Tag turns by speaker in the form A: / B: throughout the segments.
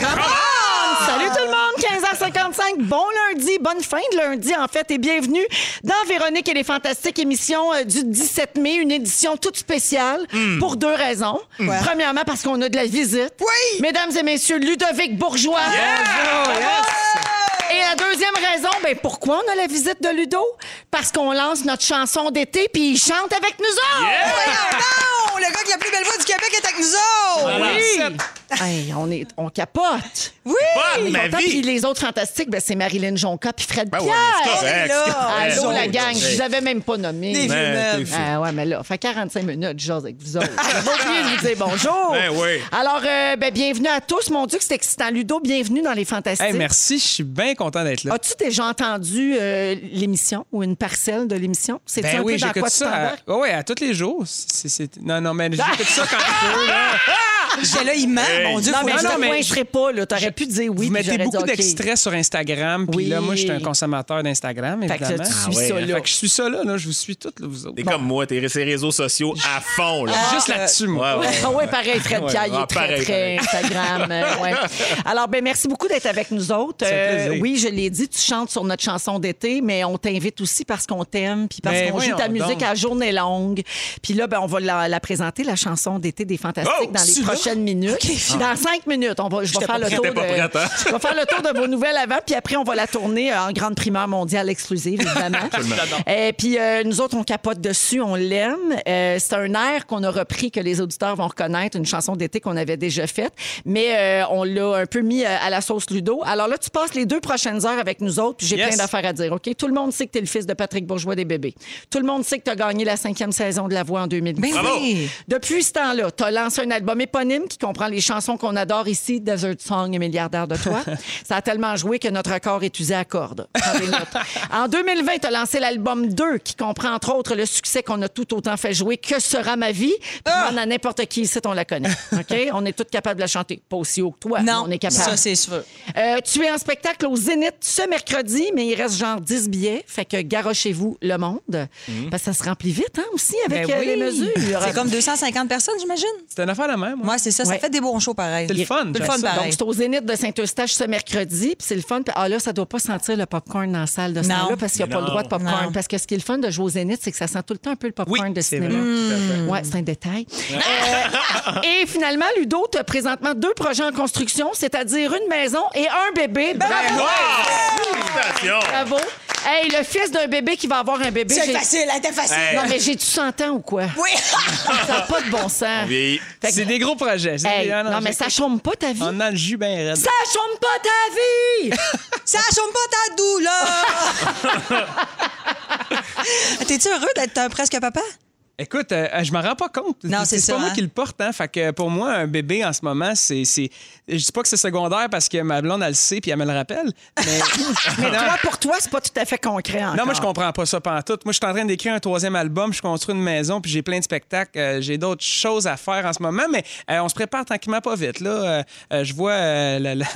A: Come
B: Ah!
A: on! Salut tout le monde, 15h55. Bon lundi, bonne fin de lundi en fait et bienvenue dans Véronique et les Fantastiques, émission euh, du 17 mai, une édition toute spéciale pour deux raisons. Premièrement parce qu'on a de la visite.
B: Oui.
A: Mesdames et messieurs, Ludovic Bourgeois. Et la deuxième raison, ben pourquoi on a la visite de Ludo? Parce qu'on lance notre chanson d'été puis il chante avec nous autres.
B: Voyons donc! Le gars qui a la plus belle voix du Québec est avec nous autres!
C: Voilà.
A: Oui. Hey, on est on capote.
B: Oui!
C: Pas de ma
A: Content. Puis
C: vie!
A: les autres fantastiques, ben, c'est Marilyn Jonca puis Fred
C: Ben ouais,
A: Pierre.
C: c'est
B: Pierre,
C: correct, Ben
B: là.
C: c'est correct.
A: Allô, la
C: Autres,
A: gang, je
C: hey.
A: vous avais même pas
B: Des
A: nommé.
B: vieux
C: Ben,
B: meubles.
C: t'es fou.
A: Ah ouais, mais là, fait 45 minutes, je jase avec vous autres. J'ai oublié de vous dire bonjour.
C: Ben oui.
A: Alors, euh, ben, bienvenue à tous. Mon Dieu, que c'est excitant. Ludo, bienvenue dans les Fantastiques.
D: Hey, merci, je suis bien content d'être là.
A: As-tu déjà entendu euh, l'émission ou une parcelle de l'émission? C'est
D: Ben
A: un
D: oui,
A: peu dans
D: j'écoute
A: quoi tu
D: ça hein. à,
A: t'embarques?
D: ouais, ouais, à tous les jours. C'est- c'est- Non, non, mais j'écoute ça quand je peux. là.
B: J'étais là, il ment, mon Dieu.
A: Non,
B: faut
A: mais
D: non,
A: je
D: non,
A: te
D: mais
A: coincerai pas. là. T'aurais pu dire oui.
D: Vous
A: puis
D: mettez
A: j'aurais dit
D: beaucoup
A: OK.
D: d'extraits sur Instagram. Puis
A: Oui.
D: là, moi, je suis un consommateur d'Instagram,
A: Fait que là,
D: évidemment.
A: tu
D: Ah
A: suis
C: ouais, hein.
A: ça,
D: ouais.
A: là.
D: Fait que je suis ça, là. là, Je vous suis toutes, là, vous autres.
C: T'es comme moi, t'es sur les réseaux sociaux à fond, là.
D: Juste là-dessus, moi.
C: Ouais, ouais.
A: Ah ouais, pareil, Fred
C: Ouais,
A: Pierre, il est
C: ah,
A: très,
C: pareil,
A: très
C: pareil.
A: Instagram. euh, ouais. Alors, ben merci beaucoup d'être avec nous autres. Euh,
D: C'est un plaisir.
A: oui, je l'ai dit, tu chantes sur notre chanson d'été, mais on t'invite aussi parce qu'on t'aime, puis parce
D: Ben,
A: qu'on joue ta
D: voyons
A: musique
D: donc.
A: à journée longue. Puis là, ben, on va la, la présenter, la chanson d'été des Fantastiques,
C: Oh,
A: dans les
B: tu l'as?
A: prochaines minutes. dans cinq minutes, on va, je vais
B: J'étais
A: faire le
B: pas
A: tour de...
C: prête. J'étais pas prête, hein?
A: Je vais faire le tour de vos nouvelles avant, puis après, on va la tourner euh, en grande primeur mondiale exclusive, évidemment. Et puis, euh, nous autres, on capote dessus, on l'aime. Euh, c'est un air qu'on a repris, que les auditeurs vont reconnaître, une chanson d'été qu'on avait déjà faite, mais euh, on l'a un peu mis euh, à la sauce Ludo. Alors là, tu passes les deux prochaines heures avec nous autres, puis j'ai
D: Yes.
A: plein d'affaires à dire, OK? Tout le monde sait que tu es le fils de Patrick Bourgeois des bébés. Tout le monde sait que tu as gagné la cinquième saison de La Voix en 2010.
B: Ben
C: Bravo.
B: oui!
A: Depuis ce temps-là, tu as lancé un album éponyme qui comprend les chansons qu'on adore ici, Desert Song et Milliardaire de toi. Ça a tellement joué que notre corps est usé à cordes. Prends des notes. En 2020, tu as lancé l'album 2 qui comprend entre autres le succès qu'on a tout autant fait jouer, Que sera ma vie? Puis
B: Ah!
A: demande à n'importe qui ici, on la connaît. OK? On est toutes capables de la chanter. Pas aussi haut que toi, mais
B: Non,
A: on est capable.
B: ça, c'est sûr.
A: Euh, tu es en spectacle au Zénith ce mercredi, mais il reste genre 10 billets. Fait que garochez-vous le monde. Parce que ça se remplit vite hein, aussi avec
D: Ben
A: euh, les
D: oui.
A: mesures.
B: Mm. C'est comme 250 personnes, j'imagine?
D: C'est une affaire de même. moi.
B: Moi, c'est ça.
A: Ouais.
B: Ça fait des bons shows pareil.
D: C'est le fun.
B: C'est le
D: j'aime
B: fun,
D: ça.
B: pareil.
A: Donc, c'est au Zénith de Saint-Eustache ce mercredi, puis c'est le fun. Puis, Ah là, ça doit pas sentir le popcorn dans la salle de ce
B: Non.
A: là parce qu'il n'y a pas
C: Non.
A: le droit de popcorn.
B: Non.
A: Parce que ce qui est le fun de jouer au Zénith, c'est que ça sent tout le temps un peu le
D: Oui,
A: popcorn de
D: c'est
A: cinéma.
D: vrai.
A: Ouais, c'est un détail. Euh, et finalement, Ludo, tu as présentement deux projets en construction, c'est-à-dire une maison et un bébé. Bravo!
C: Félicitations!
A: Bravo! Hey, le fils d'un bébé qui va avoir un bébé.
B: C'est
A: j'ai-
B: facile, elle était facile.
C: Hey.
A: Non, mais j'ai-tu 100 ans ou quoi?
B: Oui!
A: Ça n'a pas de bon sens.
C: Oui.
A: Fait que-
D: C'est des gros projets. c'est-
A: Hey,
D: ah
A: non, mais
D: j'ai-
A: ça chôme pas ta vie.
D: On a le jus bien raide.
A: Ça chôme pas ta vie!
B: Ça chôme pas ta douleur! T'es-tu heureux d'être un presque papa?
D: Écoute, euh, je m'en rends pas compte.
B: Non, c'est ça,
D: pas moi
B: hein.
D: qui le porte. Hein? Fait que pour moi, un bébé en ce moment, c'est. c'est- Je dis pas que c'est secondaire parce que ma blonde, elle le sait puis elle me le rappelle. Mais,
A: Mais
D: Non.
A: toi, pour toi, c'est pas tout à fait concret encore.
D: Non, moi, je comprends pas ça pantoute. Moi, je suis en train d'écrire un troisième album, je construis une maison, puis j'ai plein de spectacles. Euh, j'ai d'autres choses à faire en ce moment, mais euh, on se prépare tranquillement pas vite. Là, Euh, euh, je vois euh, la, la-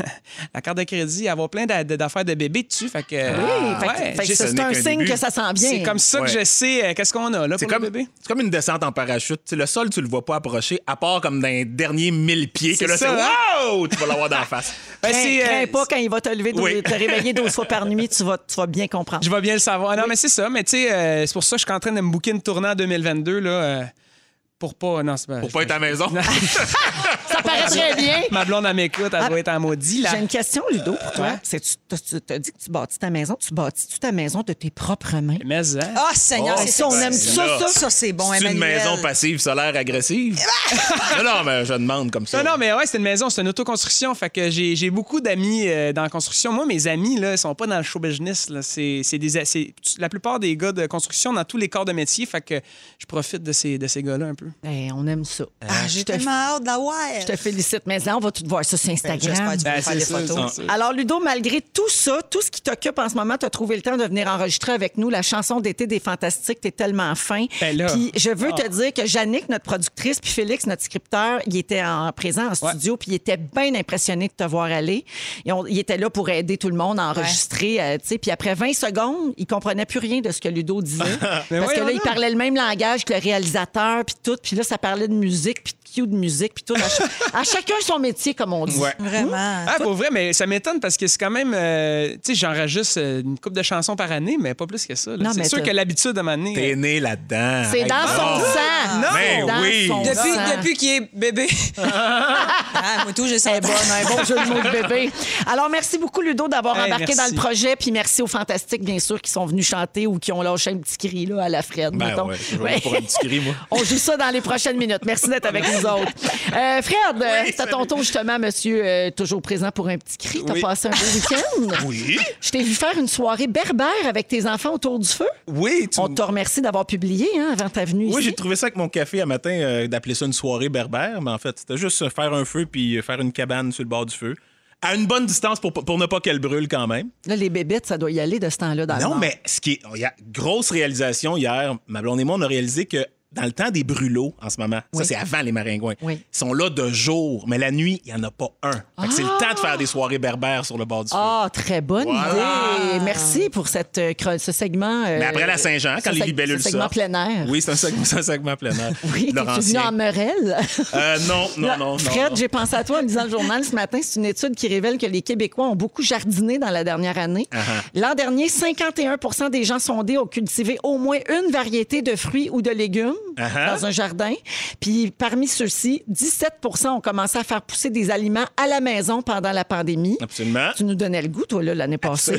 D: la carte de crédit avoir plein d'a- d'affaires de bébé dessus. Fait
A: Oui,
D: que, euh,
A: fait que-
D: ouais,
A: fait que
D: j'ai-
A: ça,
C: ce
A: c'est
C: n'est
A: un
C: qu'un
A: signe
C: début.
A: que ça sent bien.
D: c'est comme ça que
C: Ouais.
D: je sais euh, qu'est-ce qu'on a là
C: C'est
D: pour
C: comme,
D: le bébé.
C: c'est comme une descente en parachute. Tu sais, le sol, tu le vois pas approcher, à part comme dans les derniers 1000 pieds que
D: C'est
C: là, c'est
D: ça,
A: hein?
C: Wow! Tu vas l'avoir d'en face.
D: Ben,
A: Crains,
D: c'est, euh,
A: crains pas quand il va te lever, douze-
C: Oui.
A: te réveiller 12 fois par nuit, tu vas, tu vas bien comprendre.
D: Je vais bien le savoir. Non, mais c'est ça. Mais tu sais, euh, c'est pour ça que je suis en train de me booker une tournée en 2022, là. euh, pour pas. Non, c'est pas.
C: Pour pas être à la maison.
A: Ça paraît très bien.
D: Ma blonde, elle m'écoute, elle doit être en maudit, là.
A: Ah, J'ai une question, Ludo, pour toi.
D: Ouais.
A: C'est, tu as dit que tu bâtis ta maison. Tu bâtis-tu ta maison de tes propres mains?
D: Mais, hein.
B: Ah, Seigneur,
C: Oh,
B: c'est
A: ça, on
B: sexy.
A: aime ça, ça.
B: Ça, c'est bon,
C: c'est une
B: Emmanuel.
C: maison passive, solaire, agressive.
A: Ah!
C: non, non, mais je demande comme ça.
D: Non, non, mais ouais, c'est une maison, c'est une autoconstruction. Fait que j'ai j'ai beaucoup d'amis euh, dans la construction. Moi, mes amis, là, ils sont pas dans le show business. là. C'est c'est des, c'est- la plupart des gars de construction dans tous les corps de métier. Fait que je profite de ces, de ces gars-là un peu.
A: Ben, on aime ça.
B: Ah,
A: je,
B: J'ai
A: te,
B: tellement hâte de la voir.
A: je te félicite. Mais là, on va tout voir ça sur
B: J'espère
A: Instagram.
B: que tu vas faire
D: Ben, c'est
B: des
D: ça,
B: photos.
D: c'est ça.
A: Alors, Ludo, malgré tout ça, tout ce qui t'occupe en ce moment, tu as trouvé le temps de venir enregistrer avec nous la chanson d'été des Fantastiques. T'es tellement fin.
D: Ben là.
A: Puis je veux
D: Ah.
A: te dire que Yannick, notre productrice, puis Félix, notre scripteur, ils étaient en présent en studio, puis ils étaient bien impressionnés de te voir aller. Ils, ont- ils étaient là pour aider tout le monde à enregistrer. euh, tu sais. puis après 20 secondes, ils comprenaient plus rien de ce que Ludo disait.
D: Mais
A: parce que là,
D: voyons
A: ils
D: donc.
A: parlaient le même langage que le réalisateur, puis tout. Puis là, ça parlait de musique, puis de cue de musique, puis tout. À, ch- à chacun son métier, comme on dit.
D: Ouais.
B: Vraiment.
D: Ah, pour vrai, mais ça m'étonne parce que c'est quand même. euh, tu sais, j'enregistre euh, une couple de chansons par année, mais pas plus que ça. là.
A: Non,
D: C'est
A: mais
D: sûr
A: t'as-
D: que l'habitude à m'amener.
C: T'es né là-dedans.
A: C'est
C: Hey,
A: dans son
C: non.
A: sang.
C: Non.
A: C'est dans
C: Ben oui.
A: son
B: Depuis,
A: sang.
B: depuis qu'il est bébé. ah, moi tout, j'ai
A: Eh
B: senti.
A: ben, un bon jeu de mots de bébé. Alors, merci beaucoup, Ludo, d'avoir
D: Hey,
A: embarqué
D: merci.
A: dans le projet. Puis merci aux Fantastiques, bien sûr, qui sont venus chanter ou qui ont lâché un petit cri là, à la Fred.
C: Ben
A: mettons.
C: ouais, je vais
A: Ouais.
C: pour un petit cri, moi.
A: On joue ça dans les prochaines minutes. Merci d'être avec nous autres. Euh, Fred, euh, c'est à ton tour, justement, monsieur, euh, toujours présent pour un petit cri. T'as
D: Oui.
A: passé un beau week-end.
C: Oui.
A: Je t'ai vu faire une soirée berbère avec tes enfants autour du feu.
C: Oui, tu
A: On te remercie d'avoir publié hein, avant ta venue
C: Oui,
A: ici.
C: j'ai trouvé ça avec mon café à matin, euh, d'appeler ça une soirée berbère, mais en fait, c'était juste euh, faire un feu puis euh, faire une cabane sur le bord du feu. À une bonne distance pour, pour ne pas qu'elle brûle quand même.
A: Là, les bébêtes, ça doit y aller de ce temps-là dans le
C: non,
A: nord.
C: mais ce qui est. Il y a grosse réalisation hier. Ma blonde et moi, on a réalisé que dans le temps des brûlots, en ce moment,
A: Oui.
C: ça c'est avant les maringouins,
A: Oui.
C: ils sont là de jour, mais la nuit, il n'y en a pas un. Fait que c'est le temps de faire des soirées berbères sur le bord du feu.
A: Ah, très bonne
C: Voilà.
A: idée. Merci pour cette, euh, cre- ce segment. euh,
C: Mais après la Saint-Jean,
A: ce
C: quand les
A: seg-
C: libellules
A: ce segment
C: sortent.
A: plein air.
C: Oui, c'est un segment, c'est un segment plein air.
A: Oui, t'es venu
C: Laurentien.
A: en Meurel.
C: Euh, non, non, non, non.
A: Fred,
C: non.
A: j'ai pensé à toi en lisant le journal ce matin. C'est une étude qui révèle que les Québécois ont beaucoup jardiné dans la dernière année.
C: Ah,
A: L'an dernier, 51 des gens sondés ont cultivé au moins une variété de fruits ou de légumes
C: Uh-huh.
A: dans un jardin. Puis parmi ceux-ci, 17 ont commencé à faire pousser des aliments à la maison pendant la pandémie.
C: Absolument.
A: Tu nous donnais le goût, toi, là, l'année passée.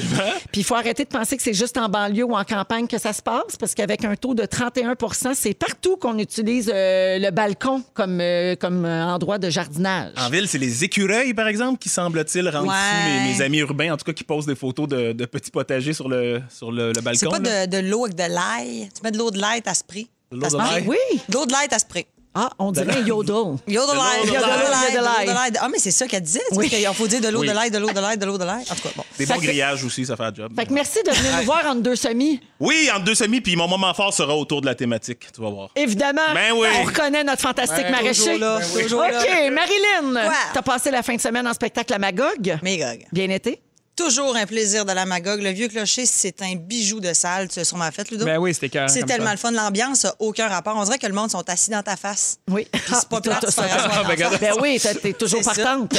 A: Puis il faut arrêter de penser que c'est juste en banlieue ou en campagne que ça se passe, parce qu'avec un taux de 31 c'est partout qu'on utilise euh, le balcon comme, euh, comme euh, endroit de jardinage.
C: En ville, c'est les écureuils, par exemple, qui semble-t-il rendent
B: Ouais.
C: fous mes, mes amis urbains, en tout cas, qui posent des photos de, de petits potagers sur le, sur le, le balcon.
B: C'est pas
C: là.
B: de, de l'eau avec de l'ail. Tu mets de l'eau de l'ail, t'as spray.
C: De l'eau de
B: T'as
C: l'ail?
B: spray?
A: Oui.
B: De l'eau de l'ail, t'as spray.
A: Ah, on dirait un yodel.
B: L'eau de l'ail,
C: l'eau de
B: l'eau de l'ail,
A: L'eau de
C: l'ail.
B: de l'eau
A: l'ail.
B: de l'ail. Ah, mais c'est ça qu'elle disait.
A: Oui.
B: Il faut dire de l'eau
C: Oui.
B: de l'ail, de l'eau de l'ail, de l'eau de l'ail. En tout cas, bon.
C: Des bons grillages aussi, ça fait un job.
A: Fait que merci de venir nous voir entre deux semis.
C: Oui, en deux semis, puis mon moment fort sera autour de la thématique, tu vas voir.
A: Évidemment,
C: Ben oui.
A: on reconnaît notre fantastique
D: Ben,
A: maraîcher.
D: toujours là, Ben oui.
B: toujours là.
A: OK, Marilyn,
B: Quoi?
A: t'as passé la fin de semaine en spectacle à Magog.
B: Mais gog.
A: Bien été.
B: Toujours un plaisir de la Magog. Le vieux clocher, c'est un bijou de salle. Tu l'as sûrement fait, Ludo?
D: Ben oui, c'était écœurant
B: C'est
D: comme
B: tellement
D: ça.
B: le fun. L'ambiance n'a aucun rapport. On dirait que le monde sont assis dans ta face.
A: Oui.
B: Puis c'est pas
A: Ah,
B: plate,
A: tout-
B: tu
A: tout-
B: fais asseoir dans la face.
A: Ben oui, t'es- t'es toujours
B: C'est ça.
A: partante.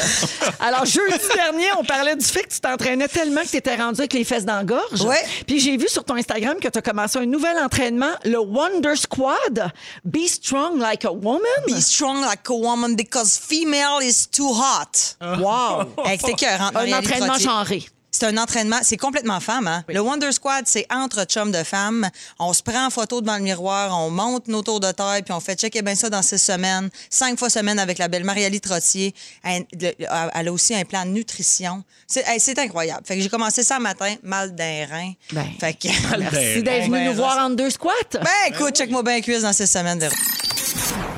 A: Alors, jeudi dernier, on parlait du fait que tu t'entraînais tellement que tu étais rendu avec les fesses dans la gorge.
B: Ouais.
A: Puis j'ai vu sur ton Instagram que tu as commencé un nouvel entraînement, le Wonder Squad. Be strong like a woman.
B: Be strong like a woman because female is too hot.
A: Ah. Wow.
B: Hey, c'est écœurant,
A: Un
B: Marie-Hélène
A: entraînement
B: Trottier.
A: genré.
B: C'est un entraînement, c'est complètement femme. Hein? Le Wonder Squad, c'est entre chums de femmes. On se prend en photo devant le miroir, on monte nos tours de taille, puis on fait checker bien ça dans six semaines, cinq fois semaine avec la belle Marie-Alie Trottier. Elle, le- elle a aussi un plan de nutrition. C'est hey, c'est incroyable. Fait que j'ai commencé ça le matin, mal d'un rein.
A: Ben,
B: fait que...
A: Merci
C: Ben,
A: d'être venu
B: ben,
A: nous
B: ben,
A: voir en deux squats.
B: Ben écoute, check-moi bien cuisse dans six semaines. Véro.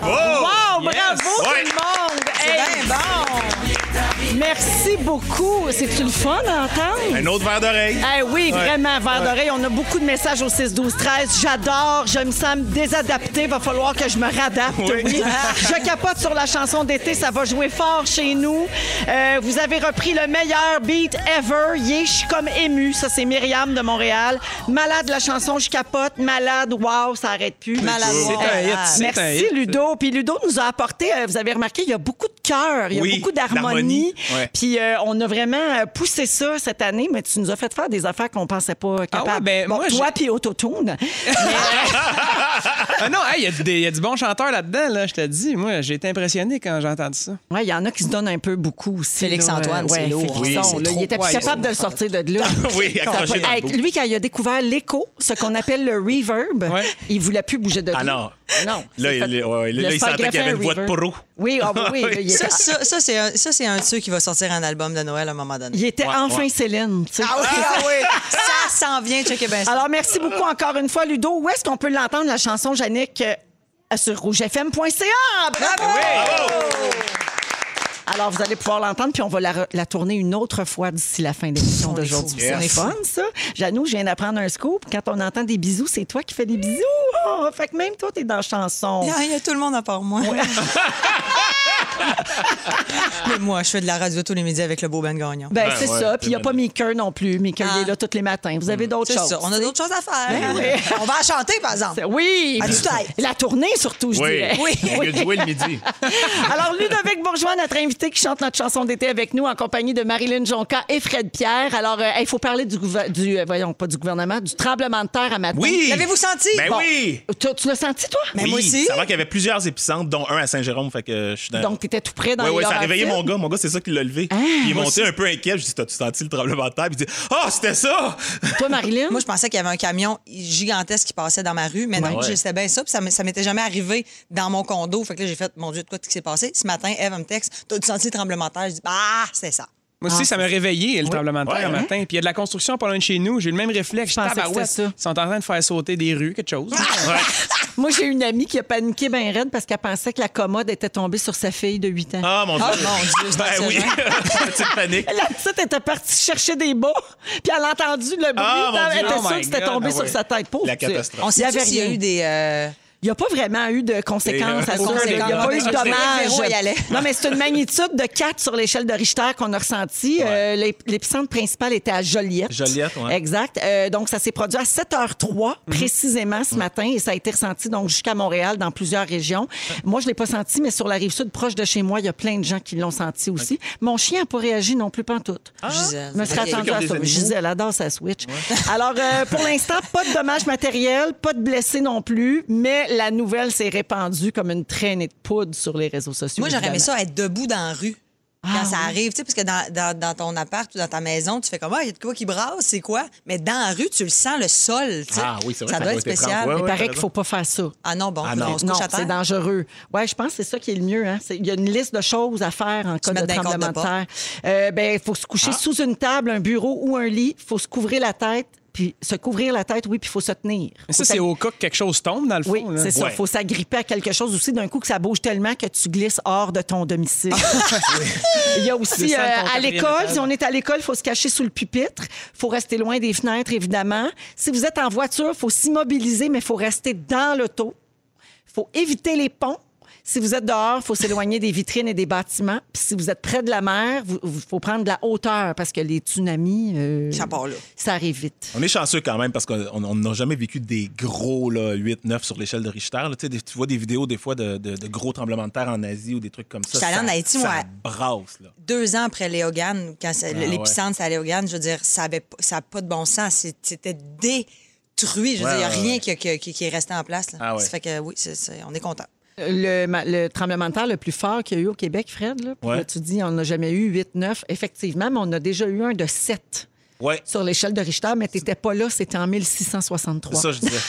B: Ah,
A: wow,
D: yes.
A: bravo
C: Ouais.
A: tout le monde.
B: C'est
A: Hey,
B: bien Ben, bon!
A: merci beaucoup. C'est-tu le fun d'entendre?
C: Un autre verre d'oreille.
B: Ah,
A: Eh oui, vraiment, verre d'oreille. On a beaucoup de messages au 6-12-13. J'adore, je me sens désadaptée. Va falloir que je me réadapte.
C: Oui.
A: oui. je capote sur la chanson d'été. Ça va jouer fort chez nous. Euh, vous avez repris le meilleur beat ever. Yeah, je suis comme émue. Ça, c'est Myriam de Montréal. Malade la chanson, je capote. Malade, wow, ça arrête plus.
B: Malade,
D: C'est un hit,
B: wow.
D: c'est un
A: Merci
D: hit.
A: Ludo. Puis Ludo nous a apporté, euh, vous avez remarqué, il y a beaucoup de cœur, il y a
C: Oui,
A: beaucoup d'harmonie.
C: d'harmonie, ouais.
A: Puis euh, on a vraiment euh, poussé ça cette année, mais tu nous as fait faire des affaires qu'on pensait
C: Ah
A: pas capables.
D: ouais, ben,
A: Bon,
D: moi,
A: toi puis Autotune. euh,
D: Ah non, hey, il y, a des- il y a du bon chanteur là-dedans, là, je te dis. Moi, j'ai été impressionné quand j'ai entendu ça.
A: Ouais, il y en a qui se donnent un peu beaucoup aussi.
B: Félix-Antoine,
A: là. Ouais,
B: c'est lourd.
A: Félixon,
B: Oui,
A: là,
B: c'est
A: il était
D: trop-
A: plus
D: ouais,
A: capable de
D: c'est
A: le sortir de là.
C: Oui, accroché dans le
A: Hey,
C: bout.
A: lui, quand il a découvert l'écho, ce qu'on appelle le reverb,
D: Ouais.
A: il voulait plus bouger de là.
C: Ah non.
A: Non.
C: Là,
A: C'est
C: il-
A: fait-
C: ouais, ouais, là,
A: le
C: il
A: faire
C: sentait qu'il y
A: greffer
C: avait une
A: un
C: voix de
A: reverb.
C: pro.
A: Oui, ah bah oui, là, il était
B: Ça, ça, ça, c'est un, ça, c'est un de ceux qui va sortir un album de Noël à un moment donné.
A: Il était
C: Ouais,
A: enfin
C: ouais.
A: Céline. tu sais.
B: Ah oui, ah oui. ça s'en vient, checker bien ça.
A: Alors, merci beaucoup encore une fois, Ludo. Où est-ce qu'on peut l'entendre, la chanson, Yannick? Euh, Sur rougefm.ca.
B: Ah, ben
A: Bravo! Alors, vous allez pouvoir l'entendre, puis on va la, re- la tourner une autre fois d'ici la fin de l'émission
B: On est
A: d'aujourd'hui.
B: fous, on
A: C'est
B: est
A: fun, ça. Janou, je viens d'apprendre un scoop. Quand on entend des bisous, c'est toi qui fais des bisous. Oh, fait que même toi, t'es dans chanson.
B: Il y a- il y a tout le monde à part moi. Mais moi, je fais de la radio tous les midis avec le beau Ben Gagnon.
A: Ben,
C: Ben
A: c'est
C: ouais,
A: ça.
C: c'est
A: Puis il n'y a
C: bien
A: pas
C: bien.
A: Mickey non plus. Mickey il est là tous les matins. Vous avez d'autres
B: Ah. Mm. c'est
A: choses.
B: ça. On a d'autres choses à faire.
A: Ben oui.
B: On va en chanter, par exemple.
A: C'est- Oui.
B: À
A: puis-
B: tue-tête.
A: La tournée, surtout, je dirais.
B: Oui.
C: On vient de jouer le midi.
A: Alors, Ludovic Bourgeois, notre invité qui chante notre chanson d'été avec nous en compagnie de Marilyn Jonca et Fred Pierre. Alors, euh, il faut parler du, gouver- du euh, voyons, pas du gouvernement, du tremblement de terre à matin.
C: Oui.
B: L'avez-vous senti?
C: Ben
B: Bon.
C: oui.
A: Tu, tu l'as senti, toi?
B: Mais moi
C: Oui,
B: aussi.
C: Ça va qu'il y avait plusieurs épicentres, dont un à Saint-Jérôme. Fait que je suis dans...
A: Donc, t'étais tout près dans
C: Oui,
A: les
C: oui, euh, ça a
A: Laurentides.
C: réveillé mon gars. Mon gars, c'est ça qui l'a
B: Ah.
C: levé. Puis il est monté un peu inquiet. Je dis, t'as-tu senti le tremblement de terre? Puis il dit, ah, c'était ça!
A: Toi, Marilyn?
B: Moi, je pensais qu'il y avait un camion gigantesque qui passait dans ma rue, mais non,
C: Ouais.
B: je sais bien ça, puis ça m'est- ça m'était jamais arrivé dans mon condo. Fait que là, j'ai fait, mon Dieu, de quoi qui s'est passé? Ce matin, Eve elle me texte, t'as-tu senti le tremblement de terre? Je dis, ah, c'est ça.
D: Moi aussi, ça m'a réveillé, le tremblement de terre,
C: Ouais,
D: un
C: hein?
D: matin. Puis il y a de la construction pas loin de chez nous. J'ai eu le même réflexe.
A: Je pensais que
D: Tabarouette,
A: c'était ça. Ah!
D: Ils sont en train de faire sauter des rues, quelque chose.
A: Moi, j'ai une amie qui a paniqué ben raide parce qu'elle pensait que la commode était tombée sur sa fille de 8 ans.
C: Ah, mon Dieu!
B: Ah, mon Dieu, c'est
C: ben oui! Petite panique.
A: La petite était partie chercher des bas, puis elle a entendu le bruit.
C: Ah, mon
A: elle
C: Dieu.
A: était
D: Oh
A: sûre
D: my
A: que c'était
D: God.
A: tombé
D: Ah,
A: sur
D: ouais.
A: sa tête. Pauvre
C: La
A: petite.
C: catastrophe.
B: On
A: Il y
B: sait
A: avait
B: s'il y a
A: rien.
B: eu des. euh,
A: Il n'y a pas vraiment eu de conséquences
C: Et, euh,
A: à ça.
C: aucun
A: Il n'y a
C: dégât.
A: pas eu de
B: Aucun dégât. Véro y allait.
A: dommages. Non, mais c'est une magnitude de 4 sur l'échelle de Richter qu'on a ressenti. Euh, l'ép- L'épicentre principal était à Joliette.
C: Joliette, ouais. Mhm.
A: Exact. Euh, donc, ça s'est produit à 7h03 précisément ce matin et ça a été ressenti donc jusqu'à Montréal dans plusieurs régions. Moi, je ne l'ai pas senti, mais sur la rive sud, proche de chez moi, il y a plein de gens qui l'ont senti aussi. Mon chien n'a pas réagi non plus pantoute.
B: Gisèle.
A: Je me serais
B: Ok.
A: attendue à
C: Ceux qui
A: ça.
C: ont Ah, des animaux.
A: Gisèle adore sa Switch. Alors, euh, pour l'instant, pas de dommages matériels, pas de blessés non plus, mais la nouvelle s'est répandue comme une traînée de poudre sur les réseaux sociaux.
B: Moi, j'aurais aimé
A: évidemment. Ah
B: ça être debout dans la rue. quand ça arrive, tu sais, parce que dans, dans- dans ton appart ou dans ta maison, tu fais comme, ah, il y a de quoi qui brasse, c'est quoi? Mais dans la rue, tu le sens, le sol, tu sais.
C: Ah oui, c'est vrai,
B: Ça
C: ça
B: doit
C: doit
B: être
C: être
B: spécial.
C: étrange.
A: Il
C: Ouais,
A: paraît
C: t'as
A: qu'il
C: raison.
A: faut pas faire ça.
B: Ah non, bon,
C: Ah non.
B: on se
A: Non,
B: couche à
A: c'est
B: terre.
A: dangereux. Ouais, je pense que c'est ça qui est le mieux. Hein. C'est- Il y a une liste de choses à faire en cas de
B: mettre dans les
A: tremblement de
B: comptes de
A: terre. Euh, ben, il faut se coucher sous une table, un bureau ou un lit. Il faut se couvrir la tête, puis se couvrir la tête, oui, puis il faut se tenir.
D: Mais
A: Faut
D: ça, c'est au cas que quelque chose tombe, dans le fond.
A: Oui,
D: là.
A: c'est ça.
C: Ouais.
A: faut s'agripper à quelque chose aussi d'un coup que ça bouge tellement que tu glisses hors de ton domicile. il y a aussi
D: Descends
A: euh,
D: ton
A: à
D: quatrième
A: l'école,
D: étage.
A: si on est à l'école, il faut se cacher sous le pupitre, faut rester loin des fenêtres évidemment. Si vous êtes en voiture, faut s'immobiliser mais faut rester dans l'auto. Faut éviter les ponts. Si vous êtes dehors, faut s'éloigner des vitrines et des bâtiments. Puis si vous êtes près de la mer, vous, vous- faut prendre de la hauteur parce que les tsunamis, euh,
B: Ça part là.
A: ça arrive vite.
C: On est chanceux quand même parce qu'on on- on n'a jamais vécu des gros là, 8, 9 sur l'échelle de Richter. là. Tu sais, des- tu vois des vidéos des fois de, de- de gros tremblements de terre en Asie ou des trucs comme ça.
B: J'étais allée
C: Ça-
B: en Haïti,
C: ça
B: moi.
C: brasse. Là.
B: deux ans après Léogane, quand c'est-
C: Ah ouais.
B: l'épicentre, c'est à Léogane, je veux dire, ça avait p- ça n'a pas de bon sens. C'est- C'était détruit. Je veux dire, il
C: Ouais,
B: n'y a
C: ouais,
B: rien
C: ouais.
B: qui, qui- qui- qui est resté en place. là.
C: Ah ouais.
B: Ça fait que oui, c'est- c'est- on est content.
A: Le, ma- le tremblement de terre le plus fort qu'il y a eu au Québec, Fred, là, puis
C: Ouais.
A: là, tu dis on n'a jamais eu 8-9. Effectivement, mais on a déjà eu un de 7
C: Ouais,
A: sur l'échelle de Richter, mais tu n'étais pas là, c'était en
C: c'est
A: 1663.
C: ça que je disais.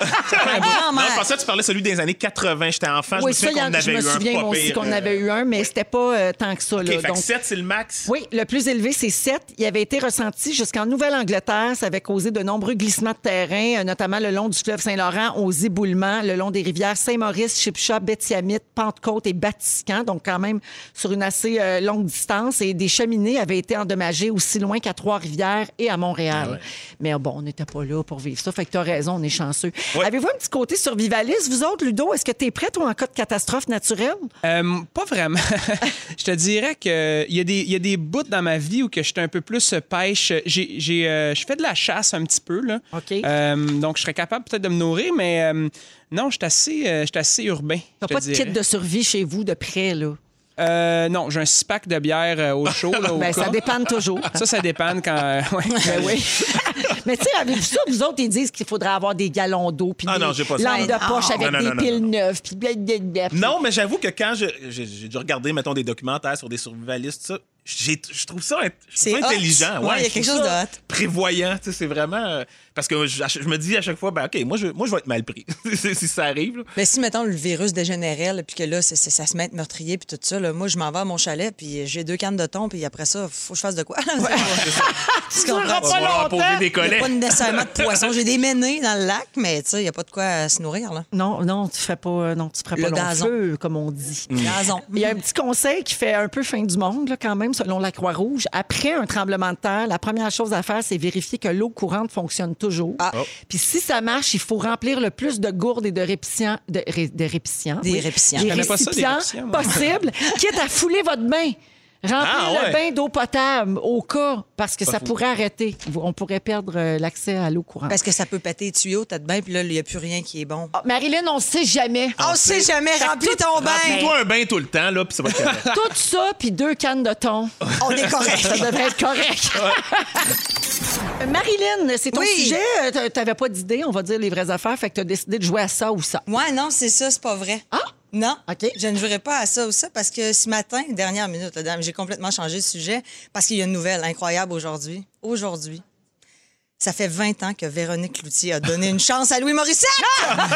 B: Grand
C: non,
B: mère.
C: je pensais que tu parlais celui des années 80. J'étais enfant.
A: oui,
C: je
A: ça, il
C: me
A: y
C: souviens
A: en-
C: qu'on avait
A: je me
C: eu un
A: souviens
C: pas
A: moi aussi
C: pire,
A: qu'on
C: euh,
A: avait eu un, mais c'était pas euh, tant que ça.
C: OK,
A: là.
C: fait que
A: Donc,
C: 7, c'est le max.
A: oui, le plus élevé, c'est 7. Il avait été ressenti jusqu'en Nouvelle-Angleterre. Ça avait causé de nombreux glissements de terrain, euh, notamment le long du fleuve Saint-Laurent, aux éboulements, le long des rivières Saint-Maurice, Chipcha, Bétiamite, Pentecôte et Vatican. Donc, quand même, sur une assez euh, longue distance. Et des cheminées avaient été endommagées aussi loin qu'à Trois-Rivières et à Montréal. Mais euh, bon, on n'était pas là pour vivre ça. Fait que tu as raison, on est chanceux.
C: Ouais.
A: Avez-vous un petit côté survivaliste, vous autres, Ludo? Est-ce que tu es prêt, toi, en cas de catastrophe naturelle?
D: Euh, pas vraiment. je te dirais que il y, a des- il y a des bouts dans ma vie où que j'étais un peu plus euh, pêche. J'ai, j'ai, euh, je fais de la chasse un petit peu. Là.
A: OK.
D: Euh, donc, je serais capable peut-être de me nourrir, mais euh, non, je suis assez, euh, je suis assez urbain.
A: T'as
D: je te
A: pas de
D: dirais.
A: kit de survie chez vous de près, là?
D: Euh, non, j'ai un six-pack de bière euh, au chaud. Là, au
A: Ben, ça
D: cas.
A: dépend toujours.
D: Ça, ça dépend quand. euh, ouais.
A: Ben oui. Mais tu sais, avez-vous ça, vous autres, ils disent qu'il faudrait avoir des galons d'eau, puis
C: Ah
A: des
C: non, j'ai pas ça.
A: lampes de
B: Ben
A: poche
B: non.
A: avec
C: Non, non,
A: des
C: non, non,
A: piles
C: non,
A: neuves, puis blablabla.
C: Non, mais j'avoue que quand je- j'ai j'ai dû regarder, mettons, des documentaires sur des survivalistes, ça, j'ai- je trouve ça, int- je trouve
B: C'est
C: ça
B: hot.
C: intelligent.
B: Ouais, il y a
C: je
B: quelque
C: trouve
B: chose
C: ça
B: de hot.
C: Prévoyant, tu sais, c'est vraiment. euh, parce que je, je me dis à chaque fois, ben, OK, moi, je, moi, je vais être mal pris si si ça arrive. là.
B: Mais si, mettons, le virus dégénérait, là, puis que là, c'est- c'est- ça se met à être meurtrier, puis tout ça, là, moi, je m'en vais à mon chalet, puis j'ai deux cannes de thon, puis après ça, faut que je fasse de quoi? Tu comprends?
A: durera pas
C: On va leur
A: longtemps.
C: poser des
B: Il n'y a
C: collets.
B: pas nécessairement de poisson. J'ai des ménés dans le lac, mais tu sais, il n'y a pas de quoi euh, se nourrir. Là.
A: Non, non, tu fais pas, euh, non, tu feras pas
B: Le
A: long
B: gazon.
C: Hmm.
A: feu, comme on dit.
B: Gazon.
A: Il y a un petit conseil qui fait un peu fin du monde, là, quand même, même, selon la Croix-Rouge, après un tremblement de terre, la première chose à faire, c'est vérifier que l'eau courante fonctionne toujours.
B: Ah.
C: Oh.
A: Puis si ça marche, il faut remplir le plus de gourdes et de répicients. De, ré- de répicients.
B: Des répicients.
A: Des
D: Je connais pas ça, des
A: récipients
D: répicients, moi.
A: possibles, quitte à fouler votre bain. Remplir
C: Ah, ouais.
A: le bain d'eau potable au cas, parce que ça
C: fou.
A: pourrait arrêter. On pourrait perdre euh, l'accès à l'eau courante.
B: Parce que ça peut péter les tuyaux, t'as de bain, puis là, il n'y a plus rien qui est bon.
A: Ah, Marilyn, on ne sait jamais.
B: On sait jamais, remplis ton bain!
C: Toi, un bain tout le temps, là, puis ça va être correct.
A: Tout ça, puis deux cannes de thon.
B: On est correct.
A: Ça devrait être correct. Euh, Marilyn, c'est ton
B: Oui.
A: sujet. Euh, t'a- T'avais pas d'idée, on va dire les vraies affaires, fait que t'as décidé de jouer à ça ou ça.
B: Ouais, non, c'est ça, c'est pas vrai.
A: Ah!
B: Non,
A: OK.
B: je ne jouerai pas à ça ou ça parce que ce matin, dernière minute, là, dame, j'ai complètement changé de sujet parce qu'il y a une nouvelle incroyable aujourd'hui. Aujourd'hui, ça fait 20 ans que Véronique Cloutier a donné une chance à Louis Morissette!
A: Ah!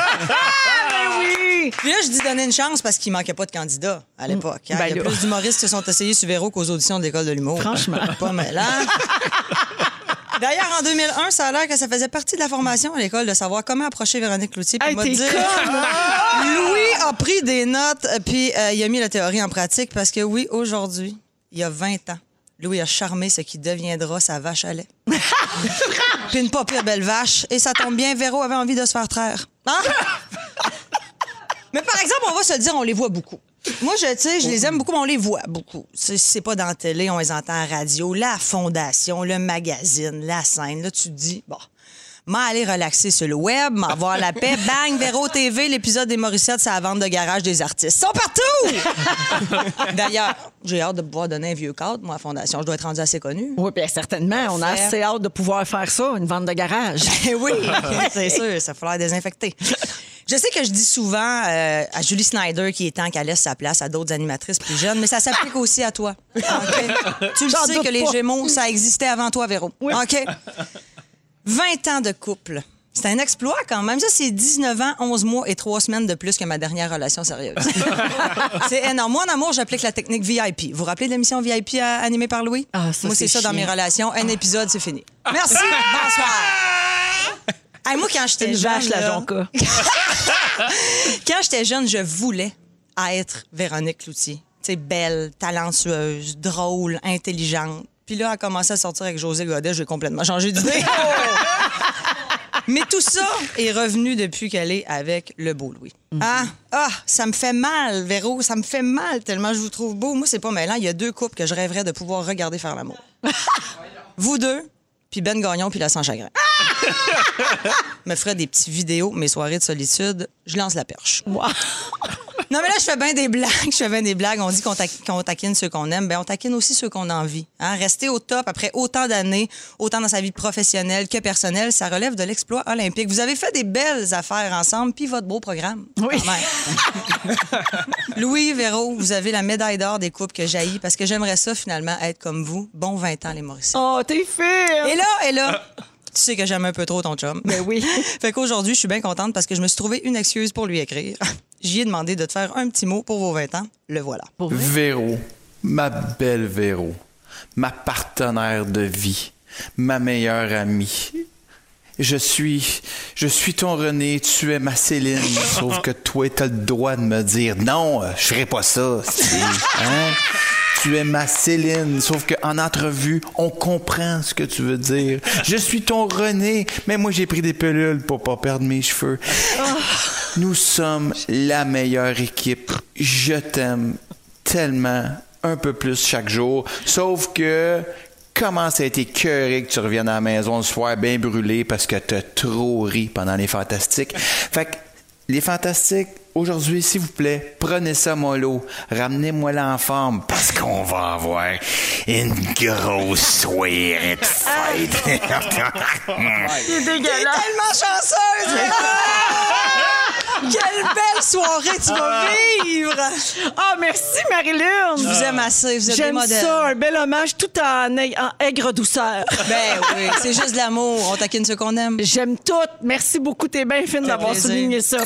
A: Oui!
B: Puis là, je dis donner une chance parce qu'il manquait pas de candidats à l'époque. hein.
A: Ben
B: Il y a
A: là.
B: plus d'humoristes qui se sont essayés sur Véro qu'aux auditions de l'École de l'humour.
A: Franchement.
B: Pas mal, hein? D'ailleurs, en 2001, ça a l'air que ça faisait partie de la formation à l'école de savoir comment approcher Véronique Cloutier. Puis
A: Hey,
B: m'a
A: t'es
B: dit-
A: conne,
B: Louis a pris des notes, euh, puis euh, il a mis la théorie en pratique parce que oui, aujourd'hui, il y a 20 ans, Louis a charmé ce qui deviendra sa vache à lait. puis une pas pire belle vache. Et ça tombe bien, Véro avait envie de se faire traire. Hein? Mais par exemple, on va se le dire, on les voit beaucoup. Moi, je, tu sais, je les aime beaucoup, mais on les voit beaucoup. C'est c'est pas dans la télé, on les entend à la radio, la fondation, le magazine, la scène. Là, tu te dis, bon, m'en aller relaxer sur le web, m'en avoir la paix. Bang, Véro TV, l'épisode des Morissettes, c'est la vente de garage des artistes. Ils sont partout! D'ailleurs, j'ai hâte de pouvoir donner un vieux cadre, moi, à la fondation. Je dois être rendu assez connu.
A: Oui, bien certainement. On a
B: Parfait.
A: assez hâte de pouvoir faire ça, une vente de garage.
B: Eh oui, c'est sûr, ça va falloir désinfecter. Je sais que je dis souvent euh, à Julie Snyder qui est temps qu'elle laisse sa place à d'autres animatrices plus jeunes, mais ça s'applique aussi à toi. OK? Tu le
A: J'en
B: sais
A: doute
B: que les
A: pas.
B: Gémeaux, ça existait avant toi, Véro. OK? 20 ans de couple. C'est un exploit quand même. Ça, c'est 19 ans, 11 mois et 3 semaines de plus que ma dernière relation sérieuse. c'est énorme. Moi, en amour, j'applique la technique VIP. Vous vous rappelez de l'émission VIP à- euh, animée par Louis?
A: Ah, ça,
B: Moi, c'est
A: c'est
B: ça dans
A: chiant. Ah.
B: mes relations. Un épisode, c'est fini. Merci. Bonsoir. Hey, moi, quand j'étais
A: Une
B: jeune,
A: vache, la
B: là,
A: jonca.
B: quand j'étais jeune, je voulais être Véronique Cloutier. Tu sais, belle, talentueuse, drôle, intelligente. Puis là, elle a commencé à sortir avec José Godet, j'ai complètement changé d'idée. Mais tout ça est revenu depuis qu'elle est avec le beau Louis.
A: Mhm.
B: Ah, ah, ça me fait mal, Véro, ça me fait mal tellement je vous trouve beau. Moi, c'est pas mêlant. Il y a deux couples que je rêverais de pouvoir regarder faire l'amour. vous deux, puis Ben Gagnon, puis la sans chagrin. me ferait des petites vidéos, mes soirées de solitude. Je lance la perche. Non, mais là, je fais bien des blagues. Je fais bien des blagues. On dit qu'on ta- qu'on taquine ceux qu'on aime. Ben, on taquine aussi ceux qu'on a envie. Hein? Rester au top après autant d'années, autant dans sa vie professionnelle que personnelle, ça relève de l'exploit olympique. Vous avez fait des belles affaires ensemble, puis votre beau programme.
A: Oui.
B: Quand même. Louis, Véro, vous avez la médaille d'or des couples que j'haïs parce que j'aimerais ça, finalement, être comme vous. Bon 20 ans, les Mauriciens.
A: Oh, t'es fine!
B: Et là, et là,
D: Ah.
B: tu sais que j'aime un peu trop ton chum.
A: Ben oui.
B: Fait qu'aujourd'hui, je suis bien contente parce que je me suis trouvé une excuse pour lui écrire. J'y ai demandé de te faire un petit mot pour vos 20 ans. Le voilà.
E: Véro, ma belle Véro, ma partenaire de vie, ma meilleure amie. Je suis, je suis ton René, tu es ma Céline, sauf que toi, t'as le droit de me dire non, euh, je ferai pas ça. c'est- hein? Tu es ma Céline, sauf qu'en entrevue, on comprend ce que tu veux dire. Je suis ton René, mais moi j'ai pris des pilules pour pas perdre mes cheveux. Nous sommes la meilleure équipe. Je t'aime tellement, un peu plus chaque jour. Sauf que, comment ça a été cœuré que tu reviennes à la maison le soir bien brûlé parce que t'as trop ri pendant les fantastiques. Fait que, les fantastiques, aujourd'hui, s'il vous plaît, prenez ça mollo. Ramenez-moi là en forme parce qu'on va avoir une grosse soirée de fête.
B: T'es tellement chanceuse! Véro! Quelle belle soirée tu vas vivre!
A: Ah, merci, Marilyn!
B: Je vous aime assez, vous êtes des
A: J'aime
B: modèles.
A: ça, un bel hommage tout en, aig- en aigre douceur.
B: Ben oui, c'est juste de l'amour. On taquine ce qu'on aime.
A: J'aime tout. Merci beaucoup, t'es bien fine d'avoir
B: plaisir.
A: souligné ça.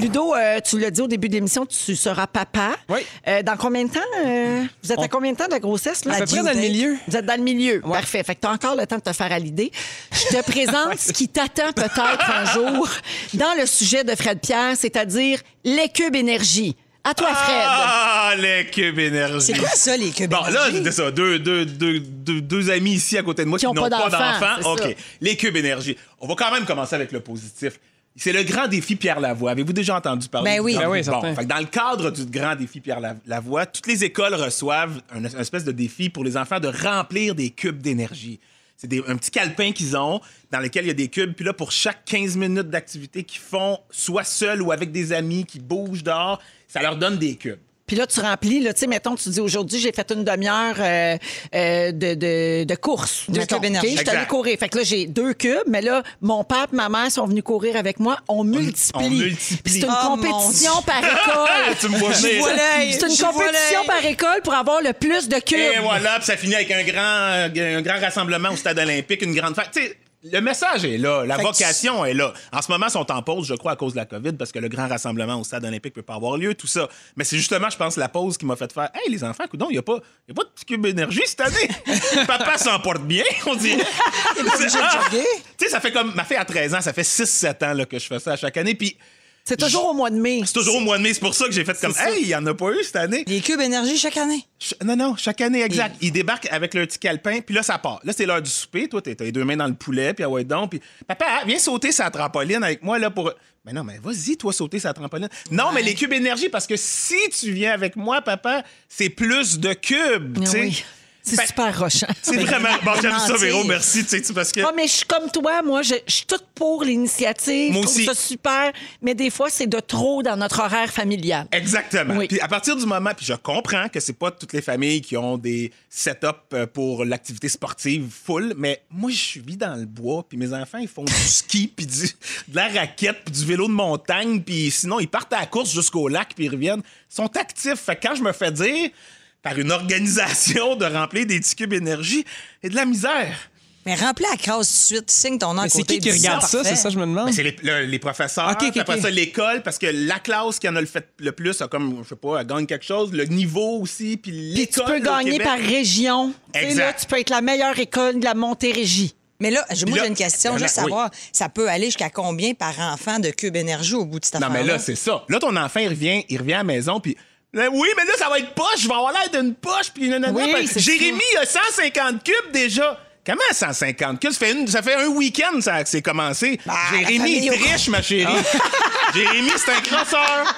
A: Ludo, euh, tu l'as dit au début de l'émission, tu seras papa.
D: Oui.
A: Euh, dans combien de temps? euh, vous êtes à combien de temps de la grossesse? Là?
B: À peu
D: près dans le milieu.
A: Vous êtes dans le milieu. Parfait. Fait que tu as encore le temps de te faire à l'idée. Je te présente ce qui t'attend peut-être un jour dans le sujet de Fred Pierre, c'est-à-dire les cubes énergie. À toi, Fred.
C: Ah, les cubes énergie.
B: C'est quoi ça, les cubes
C: Bon, là,
B: énergie?
C: c'est ça. Deux, deux, deux, deux, deux amis ici à côté de moi qui,
A: Qui ont pas
C: n'ont pas
A: d'enfants,
C: d'enfants. OK.
A: c'est ça.
C: Les cubes énergie. On va quand même commencer avec le positif. C'est le grand défi Pierre Lavoie. Avez-vous déjà entendu parler
B: Ben
C: du
B: oui.
C: grand
B: Ben
D: oui,
C: défi?
D: certain.
C: Bon, fait que dans le cadre du grand défi Pierre Lav- Lavoie, toutes les écoles reçoivent un, un espèce de défi pour les enfants de remplir des cubes d'énergie. C'est des- un petit calepin qu'ils ont dans lequel il y a des cubes. Puis là, pour chaque 15 minutes d'activité qu'ils font, soit seuls ou avec des amis qui bougent dehors, ça leur donne des cubes.
A: Puis là, tu remplis, là, tu sais, mettons, tu dis aujourd'hui, j'ai fait une demi-heure euh, euh, de, de, de course.
B: Deux
A: mettons,
B: cubes énergie.
A: OK? Je suis allée
C: Exact.
A: courir. Fait que là, j'ai deux cubes, mais là, mon père et ma mère sont venus courir avec moi. On multiplie.
C: on multiplie.
A: Puis c'est une
B: Oh, mon
A: compétition
B: Dieu.
A: par école.
C: tu me vois venir.
B: vois l'œil,
A: C'est une
B: je vois
A: compétition
B: l'œil.
A: par école pour avoir le plus de cubes.
C: Et voilà, puis ça finit avec un grand, euh, un grand rassemblement au stade olympique, une grande fête. Tu sais, le message est là, la
B: Fait que
C: vocation est là. En ce moment, ils sont en pause, je crois, à cause de la COVID, parce que le grand rassemblement au stade olympique peut pas avoir lieu, tout ça. Mais c'est justement, je pense, la pause qui m'a fait faire Hey, les enfants, coudons, il n'y a, pas- y a pas de petit cube d'énergie cette année. Papa s'en porte bien, on dirait.
B: obligé de
C: Ah!
B: jogger.
C: Tu sais, ça fait comme. Ma fille a 13 ans, ça fait 6-7 ans là, que je fais ça à chaque année. Puis
A: C'est toujours au mois de mai.
C: c'est toujours au mois de mai, c'est pour ça que j'ai fait comme Hey, il n'y en a pas eu cette année.
B: Les cubes énergie chaque année.
C: Ch- Non, non, chaque année, exact. Ils débarquent avec leur petit calepin, puis là, ça part. Là, c'est l'heure du souper. Toi, t'es t'as les deux mains dans le poulet, puis ah ouais, donc, puis papa, viens sauter sa trampoline avec moi, là, pour. Mais non, mais vas-y, toi, sauter sa trampoline. Non, mais les cubes énergie, parce que si tu viens avec moi, papa, c'est plus de cubes, tu
A: Ah
C: sais.
A: oui. C'est
C: Fait-
A: super rochant.
C: C'est vraiment. Bon, j'aime ça,
B: Mentir.
C: Véro, merci, tu sais, tu- parce que.
A: Ah, mais je suis comme toi, moi, je, je suis toute pour l'initiative.
C: Moi
A: je trouve
C: aussi.
A: ça super. Mais des fois, c'est de trop dans notre horaire familial.
C: Exactement.
A: Oui.
C: Puis à partir du moment, puis je comprends que c'est pas toutes les familles qui ont des setups euh, pour l'activité sportive full, mais moi je suis dans le bois, puis mes enfants ils font du ski, puis du, de la raquette, puis du vélo de montagne, puis sinon ils partent à la course jusqu'au lac, puis ils reviennent. Ils sont actifs. Fait que quand je me fais dire par une organisation de remplir des petits cubes énergie, et de la misère.
B: Mais remplis la case tout de suite, signe ton nom à
D: Mais c'est
B: côté,
D: qui qui
B: dis
D: regarde ça?
B: parfait.
D: C'est ça, je me demande.
C: Mais Ben, c'est les, le- les professeurs,
D: Ah. Ok, ok,
C: puis après
D: ok.
C: ça l'école, parce que la classe qui en a le fait le plus a comme, je sais pas, elle gagne quelque chose, le niveau aussi,
A: Puis
C: puis
A: tu
C: l'école.
A: peux
C: au
A: gagner
C: Québec.
A: par région. Tu sais,
C: Exact.
A: là, tu peux être la meilleure école de la Montérégie.
B: Mais là, je- moi,
C: Là- ben
B: j'ai une question,
C: Là,
B: juste
C: oui.
B: savoir, ça peut aller jusqu'à combien par enfant de cubes énergie au bout de cette
C: Non, mais
B: affaire-là?
C: là, c'est ça. Là, ton enfant, il revient, il revient à la maison, puis. là, Oui, mais là, ça va être poche. Je vais avoir l'air d'une poche. Puis nanana.
A: Oui,
C: Puis
A: c'est
C: Jérémy, il a 150 cubes déjà. Comment 150 cubes? Ça fait, une- ça fait un week-end ça, que c'est commencé.
B: la
C: Jérémy,
B: famille
C: il
B: au
C: triche, ma chérie. Jérémy, c'est un crosseur.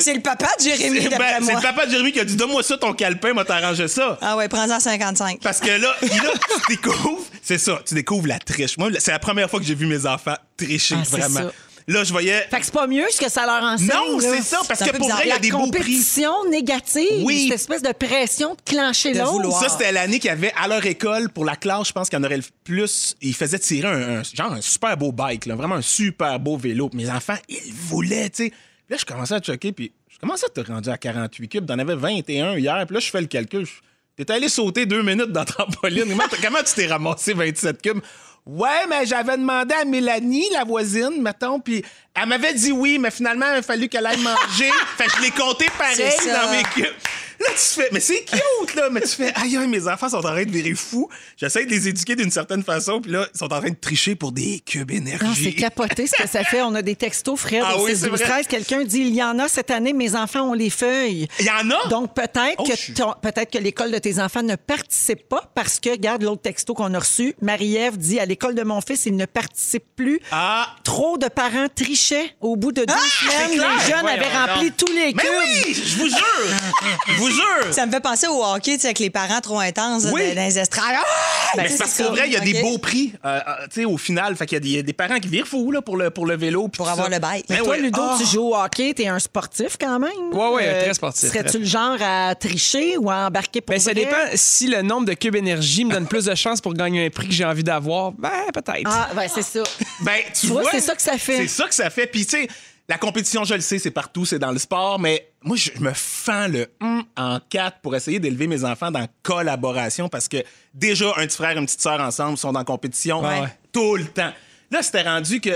B: C'est le papa de Jérémy,
C: C'est
B: d'après
C: ben, c'est
B: moi.
C: le papa de Jérémy qui a dit Donne-moi ça, ton calepin, moi, t'arranger ça.
B: Ah ouais, prends-en 55.
C: Parce que là, il- là, tu découvres, c'est ça, tu découvres la triche. Moi, c'est la première fois que j'ai vu mes enfants tricher,
A: Ah, c'est
C: vraiment.
A: ça.
C: Là, je voyais.
A: Fait que c'est pas mieux ce que ça leur enseigne.
C: Non,
A: là.
C: c'est ça, parce
B: C'est un
C: que
B: peu
C: pour
B: bizarre.
C: vrai, il y a
A: La
C: des beaux prix.
A: compétition négative,
C: Oui.
A: cette espèce de pression de clencher
B: De
A: l'autre.
B: vouloir.
C: Ça, c'était l'année qu'il y avait à leur école, pour la classe, je pense qu'il y en aurait le plus. Ils faisaient tirer un, un- genre un super beau bike, là, vraiment un super beau vélo. Puis Mes enfants, ils voulaient, tu sais. Puis Là, je commençais à checker, puis je commençais à te rendre à 48 cubes. T'en avais 21 hier, puis là, je fais le calcul. je- T'es allé sauter deux minutes dans la trampoline. Comment, t- comment tu t'es ramassé 27 cubes? Ouais, mais j'avais demandé à Mélanie, la voisine, mettons, puis elle m'avait dit oui, mais finalement, il a fallu qu'elle aille manger. fait que je l'ai compté pareil
B: C'est ça.
C: dans mes cubes. Là, tu fais, mais c'est cute, là, mais tu fais, aïe, aïe, mes enfants sont en train de virer fous. J'essaie de les éduquer d'une certaine façon, puis là, ils sont en train de tricher pour des cubes énergie.
A: Ah, c'est capoté ce que ça fait. On a des textos, Fred,
C: Ah
A: au
C: oui,
A: 6,
C: c'est
A: 12,
C: vrai.
A: 13. Quelqu'un dit, il y en a cette année, mes enfants ont les feuilles.
C: Il y en a?
A: Donc, peut-être
C: Oh, je
A: que
C: suis-
A: ton- peut-être que l'école de tes enfants ne participe pas parce que, regarde l'autre texto qu'on a reçu, Marie-Ève dit, à l'école de mon fils, il ne participe plus.
C: Ah!
A: Trop de parents trichaient. Au bout de deux semaines,
C: c'est clair.
A: les jeunes
D: Voyons
A: avaient rempli tous les
C: Mais
A: cubes.
C: oui! Je vous jure! Je vous jure!
B: Ça me fait penser au hockey, tu sais, avec les parents trop intenses là,
C: Oui.
B: dans les estrades. Ah!
C: Mais
B: Tu sais,
C: c'est parce
B: c'est
C: qu'en
B: ça.
C: vrai, il y a des
B: OK.
C: beaux prix euh, euh, tu sais, au final. Fait qu'il y a des, il y a des parents qui virent fous là, pour, le, pour le vélo. puis
B: Pour
C: tout
B: avoir
C: ça.
B: le bike.
C: Ben
A: Toi,
C: ouais.
A: Ludo,
C: Ah!
A: tu joues au hockey, t'es un sportif quand même. Euh,
D: Ouais, ouais, très sportif,
A: Serais-tu
D: très.
A: le genre à tricher ou à embarquer pour
D: Ben, ça
A: vrai?
D: dépend si le nombre de cubes énergie me donne plus de chances pour gagner un prix que j'ai envie d'avoir. Ben, peut-être.
A: Ah, ben c'est ça.
C: Ben, tu
A: vois,
C: vois,
A: c'est ça que ça fait.
C: C'est ça que ça fait. Puis, tu sais, la compétition, je le sais, c'est partout, c'est dans le sport, mais moi, je me fends le hum en quatre pour essayer d'élever mes enfants dans la collaboration parce que déjà, un petit frère et une petite sœur ensemble sont en compétition
D: Ouais.
C: tout le temps. Là, c'était rendu que.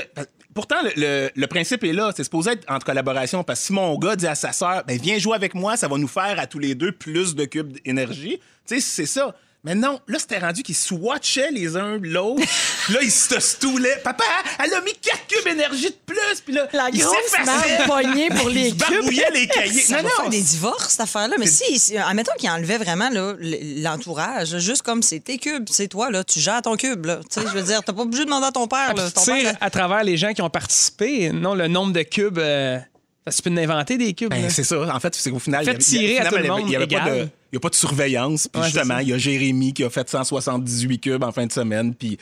C: Pourtant, le, le- le principe est là. C'est supposé être en collaboration parce que si mon gars dit à sa sœur, ben, viens jouer avec moi, ça va nous faire à tous les deux plus de cubes d'énergie. Tu sais, c'est ça. Mais Mais non, là, c'était rendu qu'ils swatchaient les uns l'autre. là, ils se stoulaient. Papa, elle a mis 4 cubes énergie de plus. Puis là,
A: La
C: ils
A: grosse
C: s'effaçaient.
A: merde poignée pour les
C: Ils barbouillaient les cahiers.
B: Ça va
C: non,
B: faire
C: non,
B: des divorces, cette affaire-là. Mais si, si- euh, admettons qu'il enlevait vraiment là, l- l'entourage, là, juste comme c'est tes cubes, c'est toi, là, tu gères ton cube. Là. Tu sais, Je veux dire, t'as pas obligé de demander à ton père.
C: Ah,
B: Là. Ton
D: Tire
B: père
D: à travers les gens qui ont participé, non le nombre de cubes. euh, parce que tu peux en inventer des cubes.
C: Ben,
D: là.
C: c'est ça. En fait, c'est qu'au final,
D: Faites
C: il y avait-
D: tirer à
C: finalement,
D: tout le
C: il y avait-
D: monde
C: il y avait pas
D: égal.
C: de. Il n'y a pas de surveillance. Puis
D: Ouais,
C: justement,
D: c'est ça.
C: il y a Jérémy qui a fait 178 cubes en fin de semaine. Puis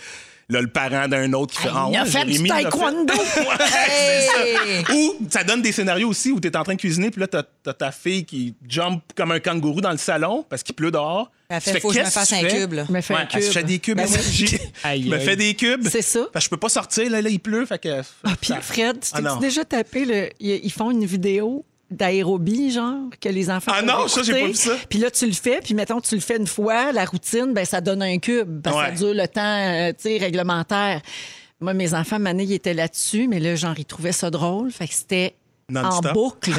C: là, le parent d'un autre qui fait Ah,
A: il a
C: ouais,
A: fait du
C: Jérémy l'a fait.
A: taekwondo.
C: Ouais, c'est
B: Hey!
C: ça. Ou ça donne des scénarios aussi où tu es en train de cuisiner. Puis là, tu as ta fille qui jump comme un kangourou dans le salon parce qu'il pleut dehors.
B: Elle fait,
C: Tu fais,
B: faut que je me
C: Qu'est-ce
B: fasse
C: tu
B: un
C: fais?
B: cube. Là.
A: Je me fais
C: Ouais,
A: un
C: elle se
A: cube.
C: fait des cubes.
A: Ben,
C: énergie.
D: Aïe,
C: Je me
D: aïe.
C: fais des cubes.
A: C'est ça.
C: Parce que je peux pas sortir. Là, là, il pleut. Fait que.
A: Ah, puis Fred, tu
C: Ah,
A: t'es
C: non.
A: déjà tapé, le... ils ils font une vidéo d'aérobie, genre, que les enfants
C: Ah
A: peuvent
C: non, ça, j'ai
A: écouter.
C: pas vu ça.
A: Puis là, tu le fais, puis mettons, tu le fais une fois, la routine, ben ça donne un cube, parce que ça
C: Ouais.
A: dure le temps, euh, tu sais, réglementaire. Moi, mes enfants, Mané, ils étaient là-dessus, mais là, genre, ils trouvaient ça drôle, fait que c'était en
C: Non-stop.
A: boucle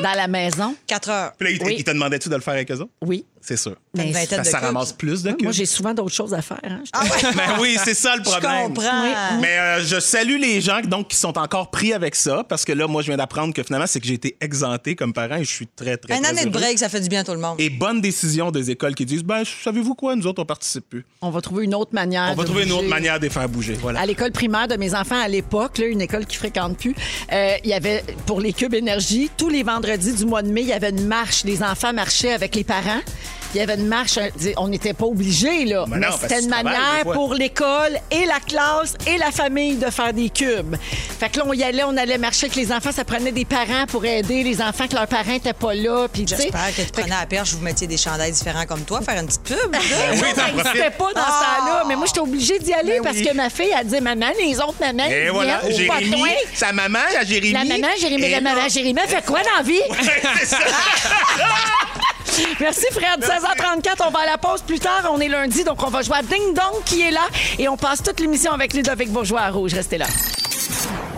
A: dans la maison.
B: 4 heures.
C: Puis là, il-
A: Oui.
C: il te demandait-tu de le faire avec eux autres?
A: Oui,
C: C'est sûr.
B: T'as une
A: mais
B: vingtaine
C: Parce
B: de
C: que Ben, ça
B: cubes.
C: ramasse plus de cubes.
A: moi, j'ai souvent d'autres choses à faire. hein. Je-
B: Ah ouais,
C: Ben oui, c'est ça le
B: je
C: problème.
B: comprends.
C: Mais euh, je salue les gens donc, qui sont encore pris avec ça parce que là, moi, je viens d'apprendre que finalement, c'est que j'ai été exempté comme parent et je suis très, très,
B: Un
C: très
B: année de
C: heureux.
B: break, ça fait du bien à tout le monde.
C: Et bonne décision des écoles qui disent ben, savez-vous quoi, nous autres, on participe plus.
A: On va trouver une autre manière.
C: On va
A: de
C: trouver une autre
A: bouger.
C: manière de les faire bouger. Voilà.
A: À l'école primaire de mes enfants à l'époque, là, une école qui fréquente plus, euh, il y avait pour les cubes énergie tous les vendredis du mois de mai, il y avait une marche. Les enfants marchaient avec les parents. Il y avait une marche. euh, dis- On n'était pas obligés là, mais
C: Ben non, parce
A: c'était
C: que
A: une
C: tu travailles,
A: manière
C: des fois.
A: pour l'école et la classe et la famille de faire des cubes. Fait que là, on y allait, on allait marcher avec les enfants. Ça prenait des parents pour aider les enfants que leurs parents n'étaient pas là. Puis tu sais,
B: J'espère que tu prenais à la perche, vous mettiez des chandails différents comme toi, faire une petite pub. là.
C: Ben oui,
A: ça
C: t'en
A: n'existait
C: profites.
A: pas dans ce temps-là. Mais moi, j'étais obligée d'y aller parce que ma fille, elle disait Maman, les autres mamans,
C: Et
A: ils
C: voilà,
A: viennent au
C: Jérémy,
A: patoin.
C: sa maman, la Jérémy.
A: La maman, Jérémy,
C: et
A: la
C: là-
A: maman, Jérémy, elle fait quoi dans la vie?
C: C'est ça.
A: Merci, Fred. 16h34, on va à la pause plus tard. On est lundi, donc on va jouer à Ding Dong qui est là. Et on passe toute l'émission avec Ludovic Bourgeois à Rouge. Restez là.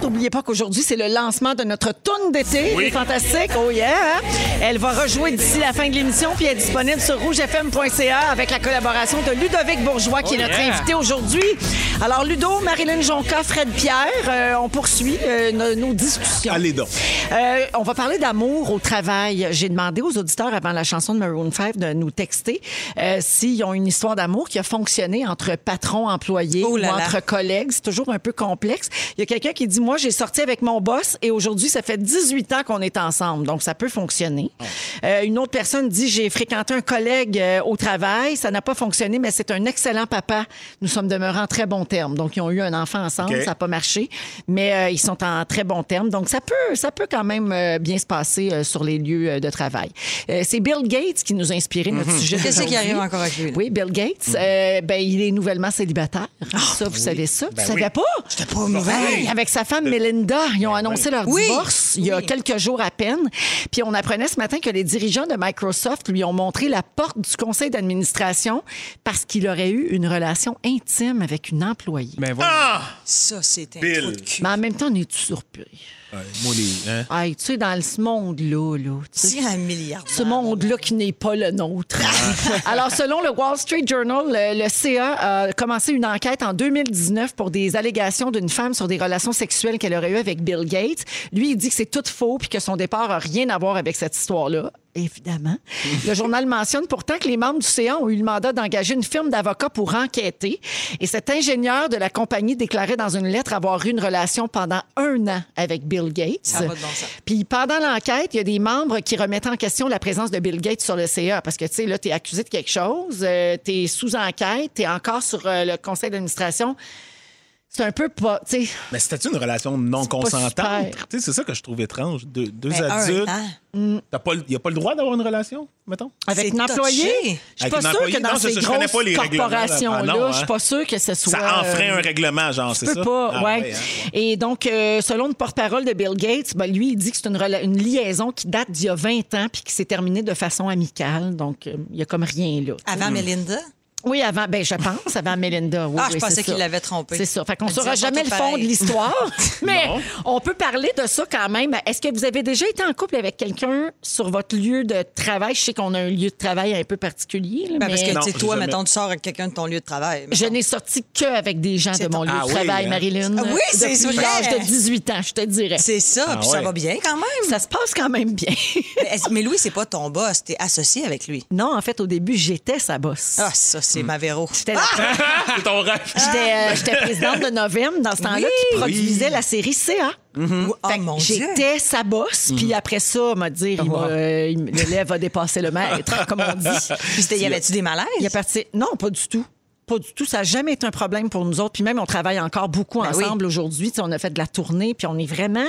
A: N'oubliez pas qu'aujourd'hui, c'est le lancement de notre tourne d'été.
C: Oui.
A: C'est fantastique. Oh yeah! Elle va rejouer d'ici la fin de l'émission, puis elle est disponible sur rougefm.ca avec la collaboration de Ludovic Bourgeois,
C: Oh,
A: qui est notre
D: yeah.
A: invité aujourd'hui. Alors, Ludo, Marilyn Jonca, Fred Pierre, euh, on poursuit euh, nos, nos discussions.
C: Allez donc.
A: Euh, on va parler d'amour au travail. J'ai demandé aux auditeurs avant la chanson de Maroon 5 de nous texter euh, s'ils ont une histoire d'amour qui a fonctionné entre patron, employé
B: Oh
A: ou
B: là là.
A: entre collègues. C'est toujours un peu complexe. Il y a quelqu'un qui dit Moi, j'ai sorti avec mon boss et aujourd'hui, ça fait 18 ans qu'on est ensemble. Donc, ça peut fonctionner. Euh, une autre personne dit J'ai fréquenté un collègue euh, au travail. Ça n'a pas fonctionné, mais c'est un excellent papa. Nous sommes demeurés en très bons termes. Donc, ils ont eu un enfant ensemble.
C: OK.
A: Ça a pas marché, mais euh, ils sont en très bon terme. Donc, ça peut, ça peut quand même euh, bien se passer euh, sur les lieux euh, de travail. Euh, c'est Bill Gates qui nous a inspiré notre sujet.
B: Qu'est-ce qui
A: d'aujourd'hui.
B: arrive encore avec lui, là?
A: Oui, Bill Gates,
B: Mm.
A: euh, ben, il est nouvellement célibataire.
B: Ah,
A: ça, vous savez ça? vous ne saviez pas?
B: C'était Ben pas mauvais.
A: Oui, avec sa femme Melinda. Ils ont annoncé leur
B: Oui.
A: divorce il y a quelques jours à peine. Puis on apprenait ce matin que les dirigeants de Microsoft lui ont montré la porte du conseil d'administration parce qu'il aurait eu une relation intime avec une employée.
D: Ben voilà.
C: Ah!
B: Ça, c'est un
C: Bill.
B: trou de cul.
A: Mais en même temps, on est-tu surpris?
C: moi, les. hein?
A: Hey, tu sais, dans ce monde-là, là, tu sais,
B: Si un milliard.
A: ce monde-là qui n'est pas le nôtre. Alors, selon le Wall Street Journal, le, le CA a commencé une enquête en 2019 pour des allégations d'une femme sur des relations sexuelles qu'elle aurait eues avec Bill Gates. Lui, il dit que c'est tout faux puis que son départ a rien à voir avec cette histoire-là. Évidemment. Le journal mentionne pourtant que les membres du CA ont eu le mandat d'engager une firme d'avocats pour enquêter. Et cet ingénieur de la compagnie déclarait dans une lettre avoir eu une relation pendant un an avec Bill Gates.
B: Ça n'a pas de bon sens.
A: Puis pendant l'enquête, il y a des membres qui remettent en question la présence de Bill Gates sur le CA parce que, tu sais, là, tu es accusé de quelque chose, tu es sous enquête, tu es encore sur euh, le conseil d'administration. C'est un peu pas, tu sais,
C: Mais c'était une relation non consentante.
A: super.
C: Tu sais, C'est ça que je trouve étrange. Deux, deux
B: Ben, un
C: adultes.
B: an.
C: t'as pas le- Il n'y a pas le droit d'avoir une relation, mettons?
A: avec
B: C'est
A: un employé.
B: touché.
A: Je suis
C: Avec
A: pas
C: un
A: sûre
C: employé,
A: que dans
C: non, c'est
A: ces
C: ça, je connais
A: grosses
C: pas les règlements, là.
A: corporations-là,
C: Ah non, hein.
A: je suis pas sûre que ce soit...
C: Ça enfreint
A: euh,
C: un règlement, genre, c'est
A: peut
C: ça?
A: pas,
C: Ah,
A: ouais.
C: hein.
A: Et donc, euh, selon le porte-parole de Bill Gates, ben, lui, il dit que c'est une, rela- une liaison qui date d'il y
C: Hmm.
A: a 20 ans puis qui s'est terminée de façon amicale. Donc, euh, il y a comme rien là.
B: Avant Melinda.
A: Oui, avant, ben je pense, avant Melinda. Oui,
B: Ah, je
A: oui,
B: pensais
A: c'est
B: qu'il
A: ça.
B: l'avait trompé.
A: C'est ça. Fait qu'on
B: Elle
A: saura
B: disait pas
A: jamais le
B: tout
A: fond de
B: pareil.
A: l'histoire, mais
C: Non.
A: on peut parler de ça quand même. Est-ce que vous avez déjà été en couple avec quelqu'un sur votre lieu de travail? Je sais qu'on a un lieu de travail un peu particulier. là,
B: Ben,
A: mais...
B: parce que,
C: Non,
B: tu sais,
C: j'ai
B: toi,
C: jamais.
B: mettons, tu sors avec quelqu'un de ton lieu de travail.
A: Je
B: mettons.
A: n'ai sorti que avec des gens de
B: C'est
A: mon
B: ton-
A: lieu
C: Ah
A: de
C: oui,
A: travail,
C: hein?
A: Marilyn.
B: Ah oui, c'est
A: depuis
B: vrai.
A: l'âge de 18 ans, je te dirais.
B: C'est ça,
C: Ah
B: puis ça
C: ouais.
B: va bien quand même.
A: Ça se passe quand même bien.
B: Mais, mais Louis, c'est pas ton boss, t'es associé avec lui.
A: non, en fait, au début, j'étais sa bosse.
B: Ah, ça, c'est
C: Hmm.
B: ma Véro.
A: J'étais la-
C: C'est ton rêve.
A: Ah! J'étais euh, j'étais présidente de Novem dans ce temps-là qui produisait la série CA.
C: Hmm.
B: Oh
A: Fait que
B: mon Dieu.
A: J'étais sa bosse,
D: Mm.
A: puis après ça, on m'a dit, il m'a- euh, il- l'élève a dépassé le maître, comme on dit.
B: Puis c'était- y avait-tu des malaises?
A: Il est parti. Non, pas du tout. Pas du tout. Ça n'a jamais été un problème pour nous autres. Puis même, on travaille encore beaucoup
B: Ben
A: ensemble aujourd'hui. Tu sais, on a fait de la tournée, puis on est vraiment.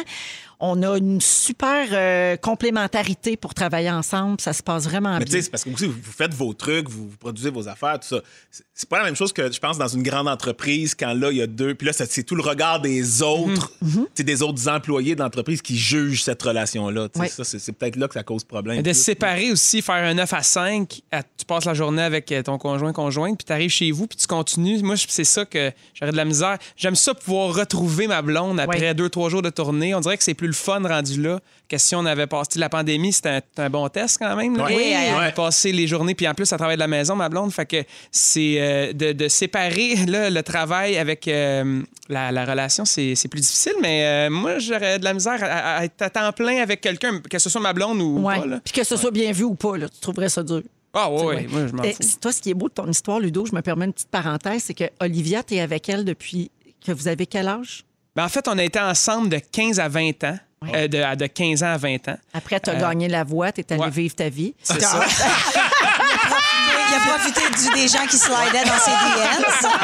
A: On a une super euh, complémentarité pour travailler ensemble. Ça se passe vraiment
C: Mais tu
A: bien.
C: sais, c'est parce que aussi, vous faites vos trucs, vous, vous produisez vos affaires, tout ça. C'est- C'est pas la même chose que, je pense, dans une grande entreprise, quand là, il y a deux. Puis là, c'est c'est tout le regard des autres,
D: Mm-hmm.
C: tu sais, des autres employés de l'entreprise qui jugent cette relation-là. tu sais.
A: Oui.
C: Ça, c'est c'est peut-être là que ça cause problème.
D: De se séparer aussi, faire un 9 à 5, à- tu passes la journée avec euh, ton conjoint, conjointe, puis tu arrives chez vous, puis tu continues. Moi, je- c'est ça que j'aurais de la misère. J'aime ça pouvoir retrouver ma blonde après
A: Ouais.
D: deux, trois jours de tournée. On dirait que c'est plus le fun rendu là que si on avait passé la pandémie. C'était un, c'était un bon test quand même. là.
C: Ouais. Oui,
D: On
C: ouais.
D: a passé les journées, puis en plus, à travaille de la maison, ma blonde. Fait que c'est euh, de, de séparer là, le travail avec euh, la, la relation, c'est c'est plus difficile. Mais euh, moi, j'aurais de la misère à, à être à temps plein avec quelqu'un, que ce soit ma blonde ou
A: Ouais.
D: pas. là.
A: Puis que ce soit bien vu ou pas, là, tu trouverais ça dur.
D: Ah ouais, ouais,
A: Ouais.
D: moi je m'en
A: Eh,
D: fous.
A: c'est- Toi, ce qui est beau de ton histoire, Ludo, je me permets une petite parenthèse, c'est que Olivia, tu es avec elle depuis que vous avez quel âge?
D: Ben, en fait, on a été ensemble de 15 à 20 ans. Euh, de, à- de 15 ans à 20 ans.
A: Après,
B: Euh,
A: tu as gagné la voix, tu es allé
D: ouais.
A: vivre ta vie.
D: C'est ça.
B: Il a profité du- des gens qui slidaient dans ses DMs.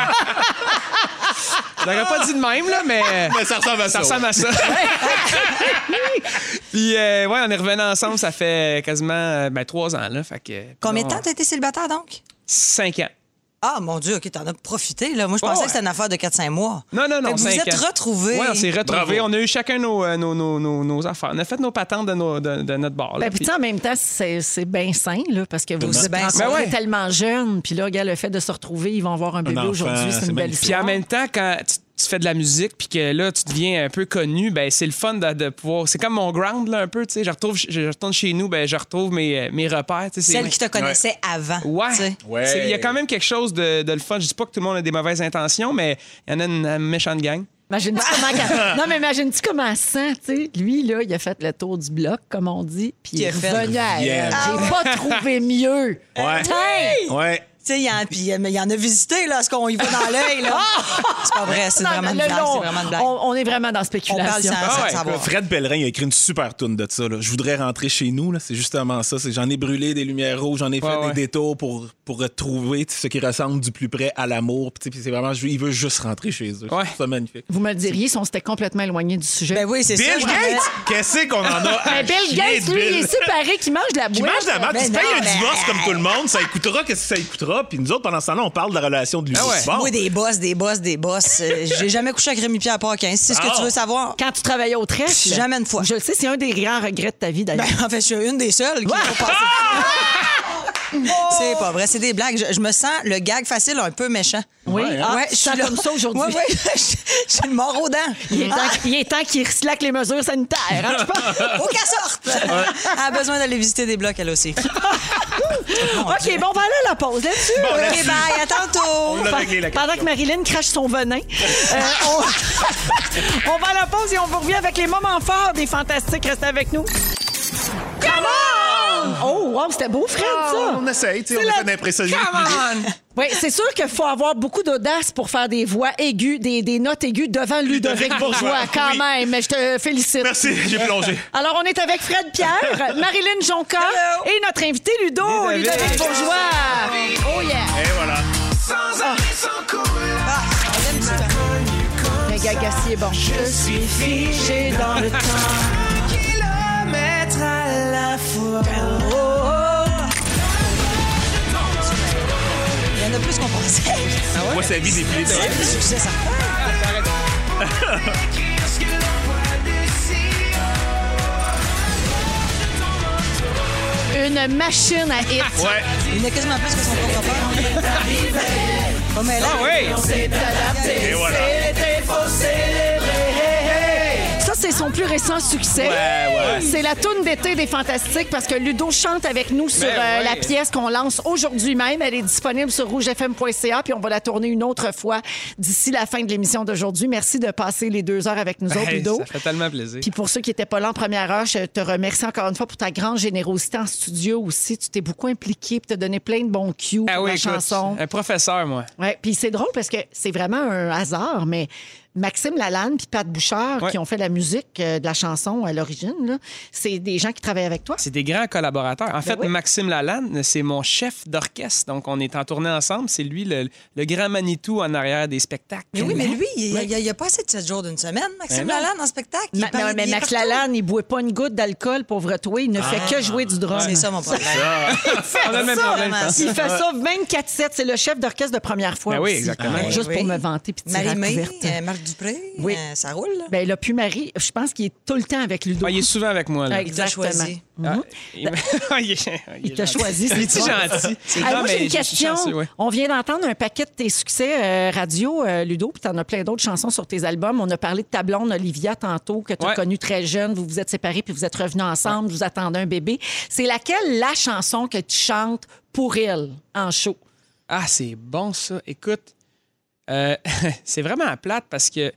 D: Je l'aurais pas dit de même, là, mais
C: Mais ça ressemble à
D: ça
C: ça.
D: ressemble à ça. Puis, euh, ouais, on est revenus ensemble, ça fait quasiment euh, ben, 3 ans, là. Fait que,
B: Combien de temps t'as été célibataire, donc?
D: 5 ans.
B: Ah, mon Dieu, OK, t'en as profité, là. Moi, je
D: Ouais,
B: pensais
D: ouais.
B: que c'était une affaire de 4-5 mois.
D: Non, non,
B: Fait
D: non,
B: que vous
D: 5 ans.
B: êtes retrouvés.
D: Ouais, on s'est retrouvés.
C: Bravo.
D: On a eu chacun nos, euh, nos, nos, nos, nos affaires. On a fait nos patentes de, nos- de, de notre bar. là.
A: Ben, puis, tu sais, en même temps, c'est c'est bien sain, là, parce que vous vous
B: C'est bien
A: êtes
B: sain.
A: rencontrés
D: Ben ouais.
A: tellement jeunes. Puis là, regarde, le fait de se retrouver, ils vont avoir un bébé
C: enfant,
A: aujourd'hui, c'est
C: c'est
A: une belle
C: magnifique.
D: Puis
A: histoire.
D: en même temps, quand tu, tu fais de la musique, puis que là, tu deviens un peu connu, ben c'est le fun de, de pouvoir. C'est comme mon ground, là, un peu, tu sais. Je, retrouve- je retourne chez nous, ben je retrouve mes, mes repères, tu sais. c'est-
B: Celle qui te connaissait avant. tu
D: Ouais.
B: sais.
C: Ouais.
D: C'est- Il y a quand même quelque chose de, de le fun. Je dis pas que tout le monde a des mauvaises intentions, mais il y en a une, une méchante gang.
A: Imagine-tu comment... qu'elle- Non, mais imagine-tu comment elle sent, tu sais. Lui, là, il a fait le tour du bloc, comme on dit, puis il
B: Il
A: est
B: a fait- Ah
A: revenu à elle.
C: Yeah.
A: J'ai pas trouvé mieux.
C: Ouais.
A: Hey!
C: Ouais.
B: Tu sais, il y en- puis, euh, mais il y en a visité, là, ce qu'on y va dans l'œil, là. c'est pas vrai, c'est
A: Non,
B: vraiment, une
A: le
B: blague,
A: long,
B: c'est vraiment une blague.
A: On, on est vraiment dans la
B: On parle sans,
A: spéculation.
B: sans
D: Ah ouais,
B: le savoir.
C: Fred Pellerin il a écrit une super tune de ça. là. Je voudrais rentrer chez nous. là. C'est justement ça. C'est j'en ai brûlé des lumières rouges, j'en ai fait
D: Ouais, ouais.
C: des détours pour, pour retrouver tu sais, ce qui ressemble du plus près à l'amour. Puis, tu sais, puis c'est vraiment, je- il veut juste rentrer chez eux.
D: Ouais.
C: C'est ça magnifique.
A: Vous me le diriez si on s'était complètement éloigné du sujet.
B: Ben oui, c'est ça.
C: Bill
B: je me
C: Gates, qu'est-ce qu'on en a à
A: Mais Bill
C: chier
A: Gates,
C: Ah, de
A: lui,
C: Bill?
A: il est séparé, qui mange de la boîte.
C: Qui mange de la merde,
B: Mais
C: qui se paye
B: Ben non,
C: un
B: mais-
C: divorce comme tout le monde, ça écoutera qu'est-ce que ça écoutera. Puis nous autres, pendant ce temps-là, on parle de la relation de lui.
D: Ah ouais.
C: Bon.
B: Moi, des boss, des boss, des boss. Euh, J'ai jamais couché avec Rémi Pierre Paquin. Si C'est ce que
C: Ah.
B: tu veux savoir.
A: Quand tu travaillais au trèfle.
B: Jamais une fois.
A: Je le sais, c'est un des grands regrets de ta vie, d'ailleurs.
B: Ben, en fait, je suis une des seules qui m'a passé. C'est pas vrai, c'est des blagues. Je, je me sens le gag facile un peu méchant.
A: Oui,
C: Ouais,
A: ah,
B: Ouais,
A: tu sens
B: là-
A: comme ça aujourd'hui.
B: Hein?
A: Ah.
B: Ouais, ouais, je, je suis le mort aux dents.
A: Il, est temps, qu- il est temps qu'il slack les mesures sanitaires. hein, je pense.
B: Ah! Faut qu'elle sorte. Elle a besoin d'aller visiter des blocs, elle aussi.
A: OK, bon, on va aller à la pause là-dessus.
C: Bon,
B: OK,
C: là-dessus,
B: bye, à tantôt.
C: on l'a réglé, la
A: Pendant que Marilyn crache son venin, euh, on... on va à la pause et on vous revient avec les moments forts des Fantastiques. Restez avec nous. Come on! Oh, wow, c'était beau, Fred, ça.
C: On essaye, tu sais, on
A: la-
C: a fait l'impression.
D: Come
A: Oui, c'est sûr qu'il faut avoir beaucoup d'audace pour faire des voix aiguës, des, des notes aiguës devant Ludovic Bourgeois, quand
C: Oui.
A: même. Mais je te félicite.
C: Merci, j'ai plongé.
A: Alors, on est avec Fred Pierre, Marilyn Jonca et notre invité Ludo,
D: Ludovic.
A: Ludovic Bourgeois. Oh yeah!
C: Et voilà.
B: Ah, on aime ça.
A: Mais Gagassi est bon. Je suis figé dans le temps.
B: Il y en a plus qu'on pensait.
C: Moi, c'est la vie des plus.
B: Du succès, ça.
A: Une machine à hit.
C: Ouais.
B: Il y en a quasiment plus que son propre père. Oh, mais là,
D: Ah oui!
A: adapté. C'était faut célébrer. Ça, c'est son plus récent succès.
D: Ouais, ouais.
A: C'est la toune d'été des Fantastiques parce que Ludo chante avec nous sur
D: Ben
A: euh,
D: oui.
A: la pièce qu'on lance aujourd'hui même. Elle est disponible sur rougefm.ca puis on va la tourner une autre fois d'ici la fin de l'émission d'aujourd'hui. Merci de passer les deux heures avec nous autres,
D: Hey,
A: Ludo.
D: Ben, ça fait tellement plaisir.
A: Puis pour ceux qui n'étaient pas là en première heure, je te remercie encore une fois pour ta grande générosité en studio aussi. Tu t'es beaucoup impliqué, puis t'as donné plein de bons cues
D: ah
A: pour
D: oui,
A: la
D: écoute,
A: chanson.
D: un professeur, moi.
A: Ouais, puis c'est drôle parce que c'est vraiment un hasard, mais Maxime Lalanne puis Pat Bouchard
D: Ouais.
A: qui ont fait la musique euh, de la chanson à l'origine, là, c'est des gens qui travaillent avec toi.
D: C'est des grands collaborateurs. En fait,
A: oui.
D: Maxime Lalanne, c'est mon chef d'orchestre. Donc, on est en tournée ensemble. C'est lui le, le grand Manitou en arrière des spectacles.
B: Mais oui, mais lui, il n'y a, pas assez de 7 jours d'une semaine, Maxime
D: Mais non.
B: Lalanne, en spectacle. Il
A: Ma-
B: parle-
A: non, mais
B: il est
A: Max
B: partout.
A: Lalanne, il boit pas une goutte d'alcool, pauvre toi. Il ne fait
D: Ah,
A: que jouer du drum.
B: C'est ça mon problème.
A: Il fait
D: On a le même
A: ça.
D: problème, je pense.
A: Il fait ça 24-7. C'est le chef d'orchestre de première fois.
D: Ben oui,
A: aussi.
D: exactement.
A: Ouais, Juste
B: Ah, Oui.
A: pour me vanter puis tirer la
B: Marie-Mé,
A: couverte.
B: euh, Marc Dupré,
A: Oui.
B: euh, ça roule. là.
A: Ben, il a plus Marie. Je pense qu'il est tout le temps avec Ludo. Mhm.
D: Ah, il est souvent avec moi. Là.
B: Il t'a choisi.
D: Ah, il- il est- il
A: Il
D: est
A: t'a
D: gentil.
A: choisi.
D: Il est
A: c'est ça.
D: gentil.
A: Hey,
D: Non,
A: moi,
D: mais
A: j'ai une
D: je suis
A: question.
D: chanceux, ouais.
A: On vient d'entendre un paquet de tes succès euh, radio, euh, Ludo, puis t'en as plein d'autres chansons sur tes albums. On a parlé de ta blonde, Olivia, tantôt, que t'as
D: Ouais.
A: connue très jeune. Vous vous êtes séparés, puis vous êtes revenus ensemble, vous attendez un bébé. C'est laquelle la chanson que tu chantes pour elle en show?
D: Ah, c'est bon ça. Écoute, euh, c'est vraiment à plate parce que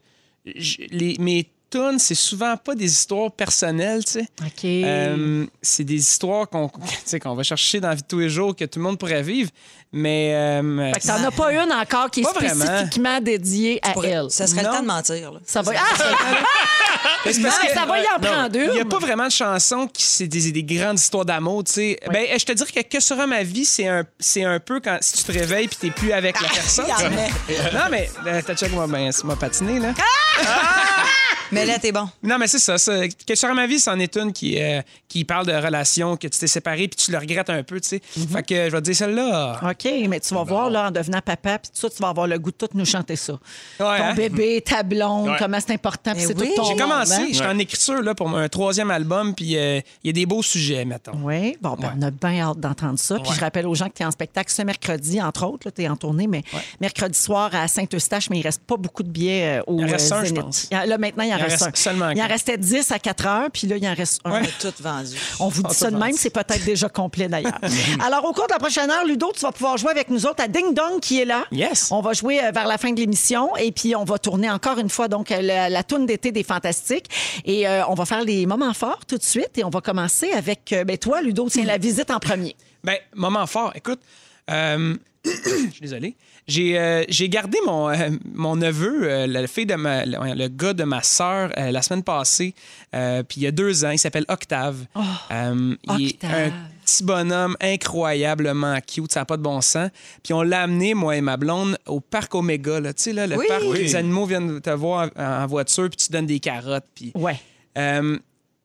D: j- les, mes tunes, c'est souvent pas des histoires personnelles, tu sais.
A: OK.
D: Euh, c'est des histoires qu'on tu sais, qu'on va chercher dans la vie de tous les jours, que tout le monde pourrait vivre, mais... euh,
A: Fait que t'en as pas une encore qui est
D: Pas vraiment.
A: spécifiquement dédiée à
B: Pour-
A: elle.
B: Ça serait
D: Non.
B: le temps de mentir. là.
A: Ça va. Ah!
D: Mais c'est parce
A: Non,
D: que-
A: ça va y en
D: Non,
A: prendre une.
D: Il n'y a pas vraiment de chanson qui c'est des, des grandes histoires d'amour, tu sais. Ben, je te dirais que que sera ma vie, c'est un, c'est un peu quand si tu te réveilles puis t'es plus avec la personne.
B: Ah,
D: tu sais.
B: mais-
D: non mais euh, t'as check moi ben, c'est m'a patiné là.
B: Mais là, t'es bon.
D: Non mais c'est ça, ça, que sera ma vie, c'en est une qui euh, qui parle de relations que tu t'es séparé puis tu le regrettes un peu, tu sais. Fait que euh, je vais te dire celle-là.
A: OK, mais tu vas voir, là, en devenant papa, puis tout ça, tu vas avoir le goût de tout nous chanter ça. Ton
D: hein?
A: bébé, ta blonde,
C: Ouais.
A: comment c'est important, puis
B: Eh
A: c'est
B: oui.
A: tout ton
D: J'ai
A: monde, hein?
D: commencé, j'étais
C: Ouais.
D: en écriture là pour un troisième album puis euh, il y a des beaux sujets mettons.
A: Oui, bon, ben, on a bien hâte d'entendre ça. Puis je rappelle aux gens que tu es en spectacle ce mercredi, entre autres. Tu es en tournée, mais mercredi soir à Saint-Eustache, mais il reste pas beaucoup de billets euh, au
D: Il en reste
A: euh,
D: un, je
A: Zénith.
D: pense.
A: Il en- Là, maintenant, il en,
D: Il en
A: reste,
D: reste
A: un.
D: seulement
A: Il en
D: un.
A: restait 10 à 4 heures, puis là, il en reste un.
D: Ouais.
B: Tout vendu.
A: On vous dit ça de même, c'est peut-être déjà complet d'ailleurs. Alors, au cours de la prochaine heure, Ludo, tu vas pouvoir jouer avec nous autres à Ding Dong qui est là.
D: Yes.
A: On va jouer euh, vers la fin de l'émission et puis on va tourner encore une fois donc euh, la, la toune d'été des Fantastiques et euh, on va faire les moments forts tout de suite et on va commencer avec euh, ben, toi, Ludo, tiens la visite en premier.
D: Ben, moment fort. Écoute, euh, je suis désolé. J'ai euh, j'ai gardé mon, euh, mon neveu, euh, la fille de ma- le, le gars de ma sœur, euh, la semaine passée, euh, puis il y a deux ans. Il s'appelle Octave. Euh, il est
A: Oh, Octave.
D: un petit bonhomme incroyablement cute, ça n'a pas de bon sens. Puis on l'a amené, moi et ma blonde, au parc Omega. là. Tu sais, là, le
A: Oui.
D: parc où
C: Oui.
D: les animaux viennent te voir en, en voiture, puis tu donnes des carottes. Puis...
A: Ouais.
D: Euh,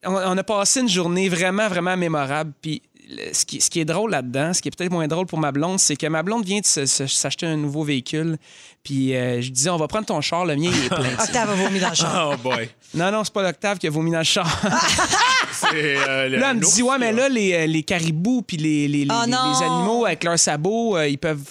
D: on, on a passé une journée vraiment, vraiment mémorable. Puis le- ce qui, ce qui est drôle là-dedans, ce qui est peut-être moins drôle pour ma blonde, c'est que ma blonde vient de se- se- s'acheter un nouveau véhicule. Puis euh, je disais, on va prendre ton char, le mien, il est plein. tu sais.
B: Ah, Octave a vomi dans le champ.
C: Oh boy.
D: non, non, c'est pas l'octave qui a vomi dans le char.
C: C'est, euh, le-
D: là, elle me
C: l'ours,
D: dit, ouais, mais là, les, euh, les caribous puis les, les, les-
B: Oh
D: les- les
B: non!
D: animaux avec leurs sabots, euh, ils peuvent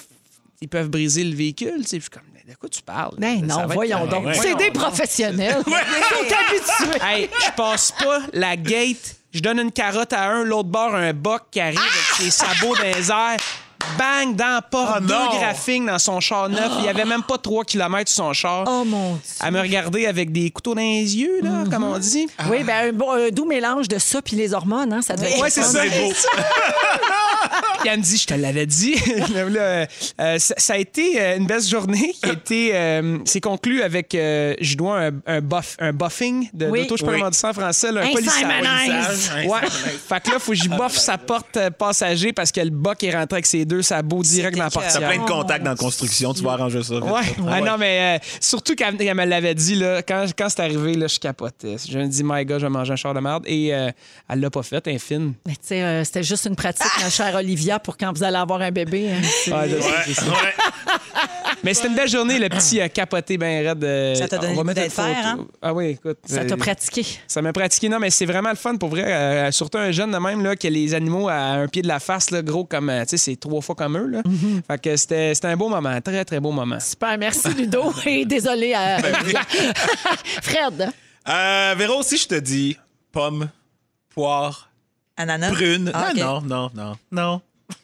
D: ils peuvent briser le véhicule. Tu sais. Je suis comme, de quoi tu parles?
A: Ben
D: Ça
A: non,
D: va être-
A: voyons donc.
C: ouais.
A: C'est
D: Voyons
A: des
D: donc.
A: professionnels. Ils sont habitués.
D: Hey, je passe pas la gate. Je donne une carotte à un, l'autre bord, un boc qui arrive avec ses sabots dans les airs. Bang, dans la porte,
C: Oh
D: deux
C: non!
D: graphings dans son char neuf. Il y avait même pas 3 km sur son char.
A: Oh mon Dieu. Mm-hmm.
D: À me regarder avec des couteaux dans les yeux, là, comme on dit.
A: Oui, ben un, bon- un doux mélange de ça puis les hormones, hein, ça devait être
D: Ouais, c'est
A: fun.
D: ça. Puis elle me dit, je te l'avais dit. Là, euh, euh, ça, ça a été euh, une belle journée qui a été. euh, c'est conclu avec. euh, je dois un, un, buff, un buffing de
A: Oui.
D: l'auto. Je peux
C: Oui.
D: comment dire ça en français. là, un
A: Un
D: polissage.
A: Simonize.
C: Un
D: Ouais. Fait que là, faut que je boffe sa porte euh, passager parce que le boc est rentré avec ses deux sabots direct dans la
C: T'as
D: portière.
C: plein de contacts dans la construction, tu vas arranger ça. vite.
D: Ouais. Ah non, mais euh, surtout quand elle me l'avait dit, là, quand, quand c'est arrivé, là, je capotais. Je me dis, my God, je vais manger un char de merde. Et euh, elle l'a pas fait, un film.
A: Mais tu sais, euh, c'était juste une pratique, ma chère Olivia pour quand vous allez avoir un bébé. hein. C'est-
D: Ouais, je sais, je sais. Mais c'était une belle journée, le petit a capoté bien raide. euh,
B: Ça t'a donné
D: on
B: le
D: va
B: goût
D: mettre une
B: d'être faire,
D: photo.
B: hein?
D: Ah oui, écoute.
A: Ça
D: euh,
A: t'a pratiqué.
D: Ça m'a pratiqué. Non, mais c'est vraiment le fun pour vrai. euh, surtout un jeune de même là, qui a les animaux à un pied de la face, là, gros comme. euh, Tu sais, c'est trois fois comme eux. Là.
B: Mm-hmm.
D: Fait que c'était c'était un beau moment, très, très beau moment.
A: Super, merci Ludo Ben, et désolé à Fred.
C: Euh, Véro, si je te dis pomme, poire,
B: Ananas.
C: prune.
B: Ah, ok.
C: Non, non, non, non. Non.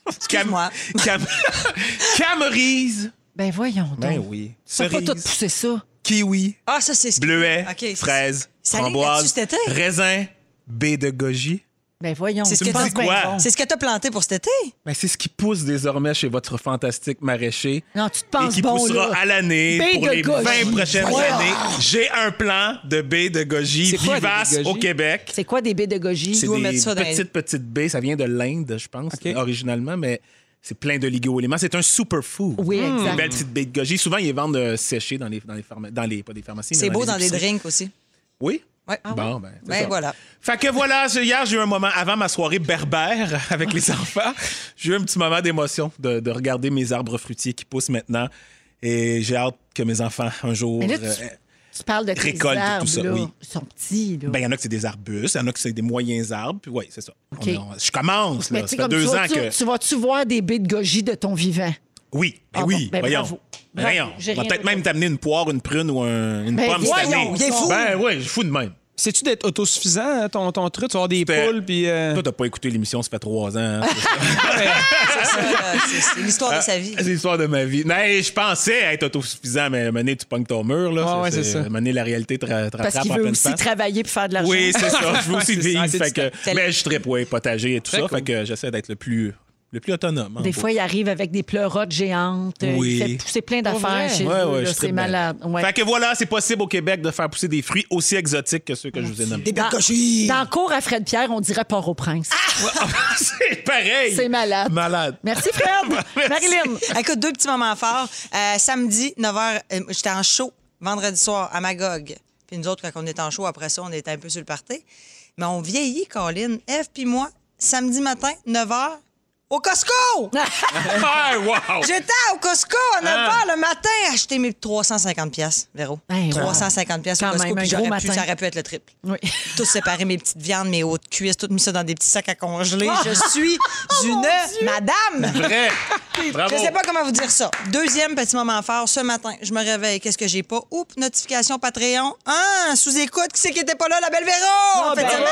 B: Excuse-moi.
C: Cam... Camerise.
A: Ben voyons donc.
C: oui.
A: Faut pas
C: Cerise.
A: tout pousser ça.
C: Kiwi.
B: Ah, ça, c'est ce qui-
C: Bleuet.
B: OK, c'est-
C: Fraise.
B: Ça aligne
C: framboise.
B: là-dessus cet été?
C: Raisin. Baie de goji.
A: Ben voyons.
B: C'est ce
C: Tu
B: que
C: me
B: t'as
C: dis quoi?
B: C'est ce que t'as planté pour cet été.
C: Ben, c'est ce qui pousse désormais chez votre fantastique maraîcher.
A: Non, tu te
C: Et
A: penses
C: qui
A: bon,
C: poussera
A: là.
C: à l'année
A: Baie
C: pour
A: de
C: les
A: goji.
C: 20 prochaines
A: Ouais.
C: années. J'ai un plan de baie de goji
D: C'est quoi, des
C: vivace
D: baies de goji?
C: au Québec.
A: C'est quoi des baies de goji?
C: C'est
B: dois
C: des
B: mettre ça dans les-
C: petites, petites baies. Ça vient de l'Inde, je pense,
D: OK.
C: originalement, mais c'est plein de oligo-éléments. C'est un superfood.
A: Oui,
C: Une belle
A: exact.
C: petite baie de goji. Souvent, ils les vendent euh, séchées dans les, dans les, pharma- dans les, pas des pharmacies.
B: C'est
C: mais
B: beau dans les
C: épiceries.
B: drinks aussi.
C: Oui.
B: Ouais.
A: Ah
C: Bon, ben, c'est
B: Ben,
C: ça.
B: voilà.
C: Fait que voilà, j'ai- hier, j'ai eu un moment, avant ma soirée berbère avec les enfants, j'ai eu un petit moment d'émotion de, de regarder mes arbres fruitiers qui poussent maintenant. Et j'ai hâte que mes enfants, un jour.
A: Mais là, tu-
C: euh,
A: Tu parles de tes
C: Récolte et tout
A: arbres,
C: ça,
A: là.
C: oui.
A: Ils sont petits, là.
C: Ben, il y en a que c'est des arbustes, il y en a que c'est des moyens arbres. Puis oui, c'est ça.
A: OK.
C: On- on- je commence, là.
A: tu
C: Ça
A: sais,
C: fait
A: comme
C: deux
A: tu
C: ans
A: vas-tu-
C: que.
A: Tu vas-tu voir des baies de goji de ton vivant?
C: Oui, ben
A: Ah
C: oui,
A: bon, ben
C: voyons.
A: bravo.
C: Ben
A: Bravo,
C: voyons.
A: j'ai
C: On va
A: rien
C: peut-être
A: d'autre.
C: même t'amener une poire, une prune ou un- une
A: Ben
C: pomme cette
A: voyons,
C: année.
A: il est fou.
C: Ben oui, je fous de même.
D: C'est-tu d'être autosuffisant, hein, ton, ton truc? Tu vas avoir des
C: C'était-
D: poules, puis. euh,
C: Toi, t'as pas écouté l'émission, ça fait trois ans. hein.
B: C'est ça, euh, c'est- c'est l'histoire de sa vie.
C: C'est l'histoire de ma vie. Mais je pensais être autosuffisant, mais Mané, tu pognes ton mur. Là.
D: Ah ouais, c'est ça.
C: Mané, la réalité te, ra- te
A: Parce
C: rattrape
A: qu'il
C: en
A: veut
C: pleine
A: aussi
C: face.
A: travailler pour faire de l'argent.
C: Oui, c'est ça. Je veux aussi
D: Ouais, c'est
C: vivre.
D: ça, c'est
C: fait que-
B: ça.
C: mais je tripe, ouais, potager et tout
D: Très
C: ça.
D: cool.
C: Fait que j'essaie d'être le plus, le plus autonome. en
A: Des
C: gros.
A: fois, il arrive avec des pleurotes géantes. euh,
C: Oui.
A: Il fait pousser plein d'affaires
D: vrai?
A: chez
C: Ouais,
A: eux,
C: ouais,
A: là,
C: je
A: C'est
C: tripe
A: malade.
C: bien.
A: Ouais.
C: Fait que voilà, c'est possible au Québec de faire pousser des fruits aussi exotiques que ceux que je vous ai nommés.
A: Dans, dans le cours à Fred Pierre, on dirait Port-au-Prince.
C: Ah! c'est pareil.
A: C'est malade.
C: Malade.
A: Merci, Fred.
C: Merci.
A: Marilyn.
B: Écoute, deux petits moments forts. Euh, samedi, 9h, euh, j'étais en show vendredi soir à Magog. Puis nous autres, quand on est en show, après ça, on était un peu sur le party. Mais on vieillit, Colin. Eve puis moi, samedi matin, 9h, au Costco!
C: Ah, wow.
B: J'étais au Costco à 9h le matin, acheter mes 350 pièces, Véro.
A: Hey, wow.
B: 350 pièces au
A: Ben Quand
B: Costco,
A: même,
B: puis
A: un gros
B: j'aurais pu,
A: matin.
B: ça aurait pu être le triple.
A: Oui.
B: Tout séparé, mes petites viandes, mes hautes cuisses, tout mis ça dans des petits sacs à congeler.
A: Ah.
B: Je suis
A: Oh
B: une madame!
C: Vrai. Bravo.
B: Je sais pas comment vous dire ça. Deuxième petit moment fort, ce matin, je me réveille. Qu'est-ce que j'ai pas? Oups, notification Patreon. Ah, sous-écoute, qui c'est qui était pas là? La belle Véro! en fin de
A: ben
B: semaine!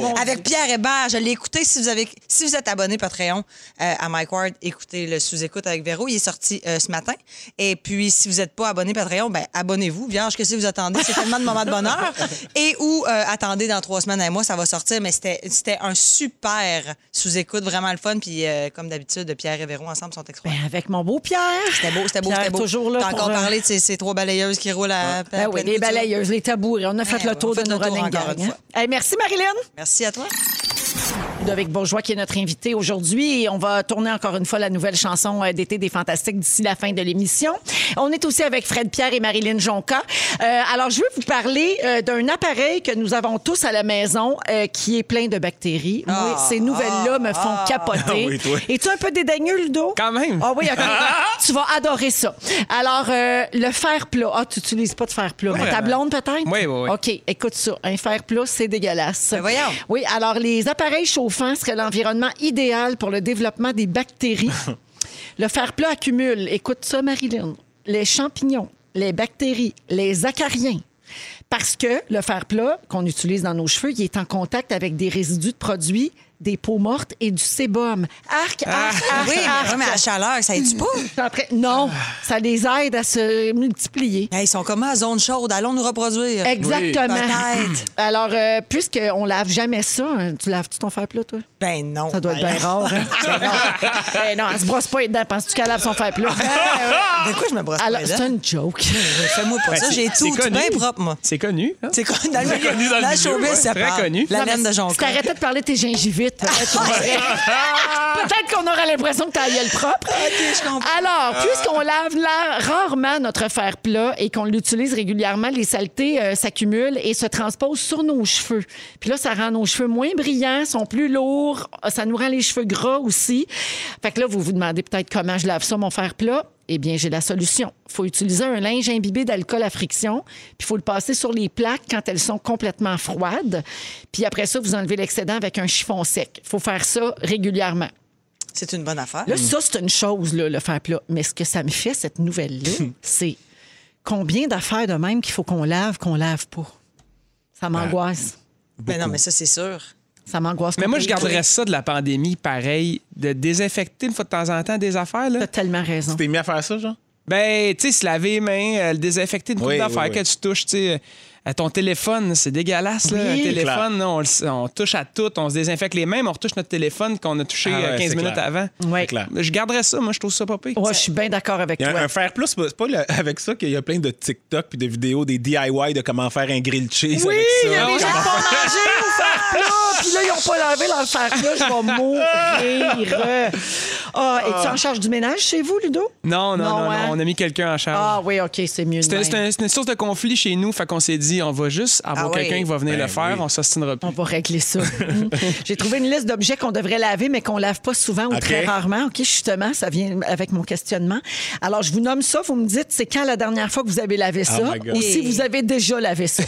C: bravo!
B: Avec Pierre Hébert, je l'ai écouté. Si vous, avez, si vous êtes abonné Patreon euh, à Mike Ward, écoutez le sous-écoute avec Véro. Il est sorti euh, ce matin. Et puis, si vous n'êtes pas abonné Patreon, ben abonnez-vous. Vierge, qu'est-ce que vous attendez? C'est tellement de moments de bonheur. Et ou euh, attendez dans trois semaines, un mois, ça va sortir. Mais c'était c'était un super sous-écoute, vraiment le fun. Puis, euh, comme d'habitude, Pierre et Véro ensemble sont extraordinaires.
A: Ben, avec mon beau Pierre.
B: C'était beau, c'était beau,
A: Pierre
B: c'était beau.
A: toujours là
B: T'as
A: pour,
B: encore
A: euh,
B: parlé de ces, ces trois balayeuses qui roulent à, à
A: Ben
B: pleine
A: oui, les
B: couture.
A: balayeuses, les tabourettes. On a fait
B: Ben ouais,
A: le tour
B: on a
A: de
B: fait
A: nos
B: le tour
A: running
B: encore
A: gags,
B: une
A: hein. Hey, merci, Marilyn.
B: Merci à toi.
A: Ludovic Bourgeois qui est notre invité aujourd'hui et on va tourner encore une fois la nouvelle chanson euh, d'été des Fantastiques d'ici la fin de l'émission. On est aussi avec Fred Pierre et Marilyn Jonca. Euh, alors, je veux vous parler euh, d'un appareil que nous avons tous à la maison euh, qui est plein de bactéries.
B: Ah.
A: Moi, ces nouvelles-là me font capoter.
C: Ah oui, toi.
A: Es-tu un peu dédaigneux, Ludo?
D: Quand même.
A: Ah oui, OK. tu vas adorer ça. Alors, euh, le fer plat. Ah, tu n'utilises pas de fer plat. mais ta
D: vraiment.
A: blonde, peut-être?
D: Oui, oui, oui.
A: OK, écoute ça. Un fer plat, c'est dégueulasse.
B: Ben voyons.
A: Oui, alors les appareils chauffants seraient l'environnement idéal pour le développement des bactéries. le fer plat accumule, écoute ça Marilyn, les champignons, les bactéries, les acariens. Parce que le fer plat qu'on utilise dans nos cheveux, il est en contact avec des résidus de produits, des peaux mortes et du sébum. Arc,
B: Ah!
A: arc, arc,
B: oui, mais,
A: arc.
B: ouais, mais à chaleur, ça aide-tu pas?
A: Je suis en train- Non, ça les aide à se multiplier.
B: Hey, ils sont comme à zone chaude, allons nous reproduire.
A: Exactement.
B: Peut-être.
A: Alors, euh, puisqu'on lave jamais ça, hein, tu laves-tu ton fer plat, toi?
B: Ben non.
A: Ça doit être bien rare. hein. Ben non, elle se brosse pas les dents. Penses-tu qu'elle lave son fer plat?
B: De quoi je me brosse
A: Alors,
B: pas les
A: c'est
B: dents?
A: une joke.
B: Fais-moi
C: Ben,
B: pas ça, j'ai tout, c'est bien propre, moi.
D: C'est connu. hein?
B: C'est connu dans le milieu.
C: connu dans le
B: la
C: milieu,
B: showbiz,
C: ouais.
B: ça
D: Très
B: parle.
D: connu.
B: La
A: Non, mais
B: laine de
A: si
B: jonca.
A: t'arrêtais de parler de tes gingivites, minutes. Peut-être qu'on aurait- Peut-être qu'on aura l'impression que t'as la gueule propre.
B: je comprends.
A: Alors, puisqu'on lave là, rarement notre fer plat et qu'on l'utilise régulièrement, les saletés euh, s'accumulent et se transposent sur nos cheveux. Puis là, ça rend nos cheveux moins brillants, sont plus lourds, ça nous rend les cheveux gras aussi. Fait que là, vous vous demandez peut-être comment je lave ça, mon fer plat. Eh bien, j'ai la solution. Il faut utiliser un linge imbibé d'alcool à friction, puis il faut le passer sur les plaques quand elles sont complètement froides. Puis après ça, vous enlevez l'excédent avec un chiffon sec. Il faut faire ça régulièrement.
B: C'est une bonne affaire.
D: Mm.
A: Là, ça, c'est une chose, là, le faire plat. Mais ce que ça me fait, cette nouvelle-là,
D: Hmm.
A: c'est combien d'affaires de même qu'il faut qu'on lave, qu'on lave pas.
D: Ben,
A: Ça m'angoisse.
B: Mais Ben non, mais ça, c'est sûr.
A: Ça m'angoisse.
D: Mais moi, je
A: complètement.
D: garderais ça de la pandémie, pareil, de désinfecter une fois de temps en temps des affaires. Là.
A: T'as tellement raison.
C: T'es mis à faire ça, genre?
D: Ben, tu sais, se laver les mains, euh, le désinfecter une coupe
C: Oui,
D: d'affaires
C: oui, oui.
D: que tu touches, tu sais. euh, À ton téléphone, c'est dégueulasse, là.
A: Oui.
D: un
C: Clair.
D: téléphone, là, on, le- on touche à tout, on se désinfecte les mains, mais on retouche notre téléphone qu'on a touché
C: Ah ouais,
D: euh, 15
C: c'est
D: minutes
C: clair.
D: avant.
A: Ouais.
C: C'est clair.
D: Je garderais ça, moi, je trouve ça pas pire.
A: Ouais, je suis bien d'accord avec
C: Il y a
A: toi.
C: un, un faire plus, c'est pas- c'est pas le- avec ça qu'il y a plein de TikTok puis de vidéos des DIY de comment faire un grill cheese
A: Oui,
C: avec ça.
A: il y a
D: Ah
A: des
D: ouais.
A: gens qui ont mangé au fer plat, puis là, ils n'ont pas lavé leur fer plat. Je vais mourir. Ah, es-tu en charge du ménage chez vous, Ludo?
D: Non, non, non, non,
A: hein?
D: on a mis quelqu'un en charge.
A: Ah ben. oui, OK, c'est mieux. de
D: C'était
A: même.
D: c'était un- c'était une source de conflit chez nous, fait qu'on s'est dit, on va juste avoir
B: Ah ouais.
D: quelqu'un qui va venir
C: Ben
D: le faire,
C: oui.
D: on s'ostinera plus.
A: On va régler ça. Mm. J'ai trouvé une liste d'objets qu'on devrait laver, mais qu'on lave pas souvent ou
C: OK.
A: très rarement. OK, justement, ça vient avec mon questionnement. Alors, je vous nomme ça. Vous me dites, c'est quand la dernière fois que vous avez lavé ça
C: Oh my God.
A: ou si
B: Et-
A: vous avez déjà lavé ça.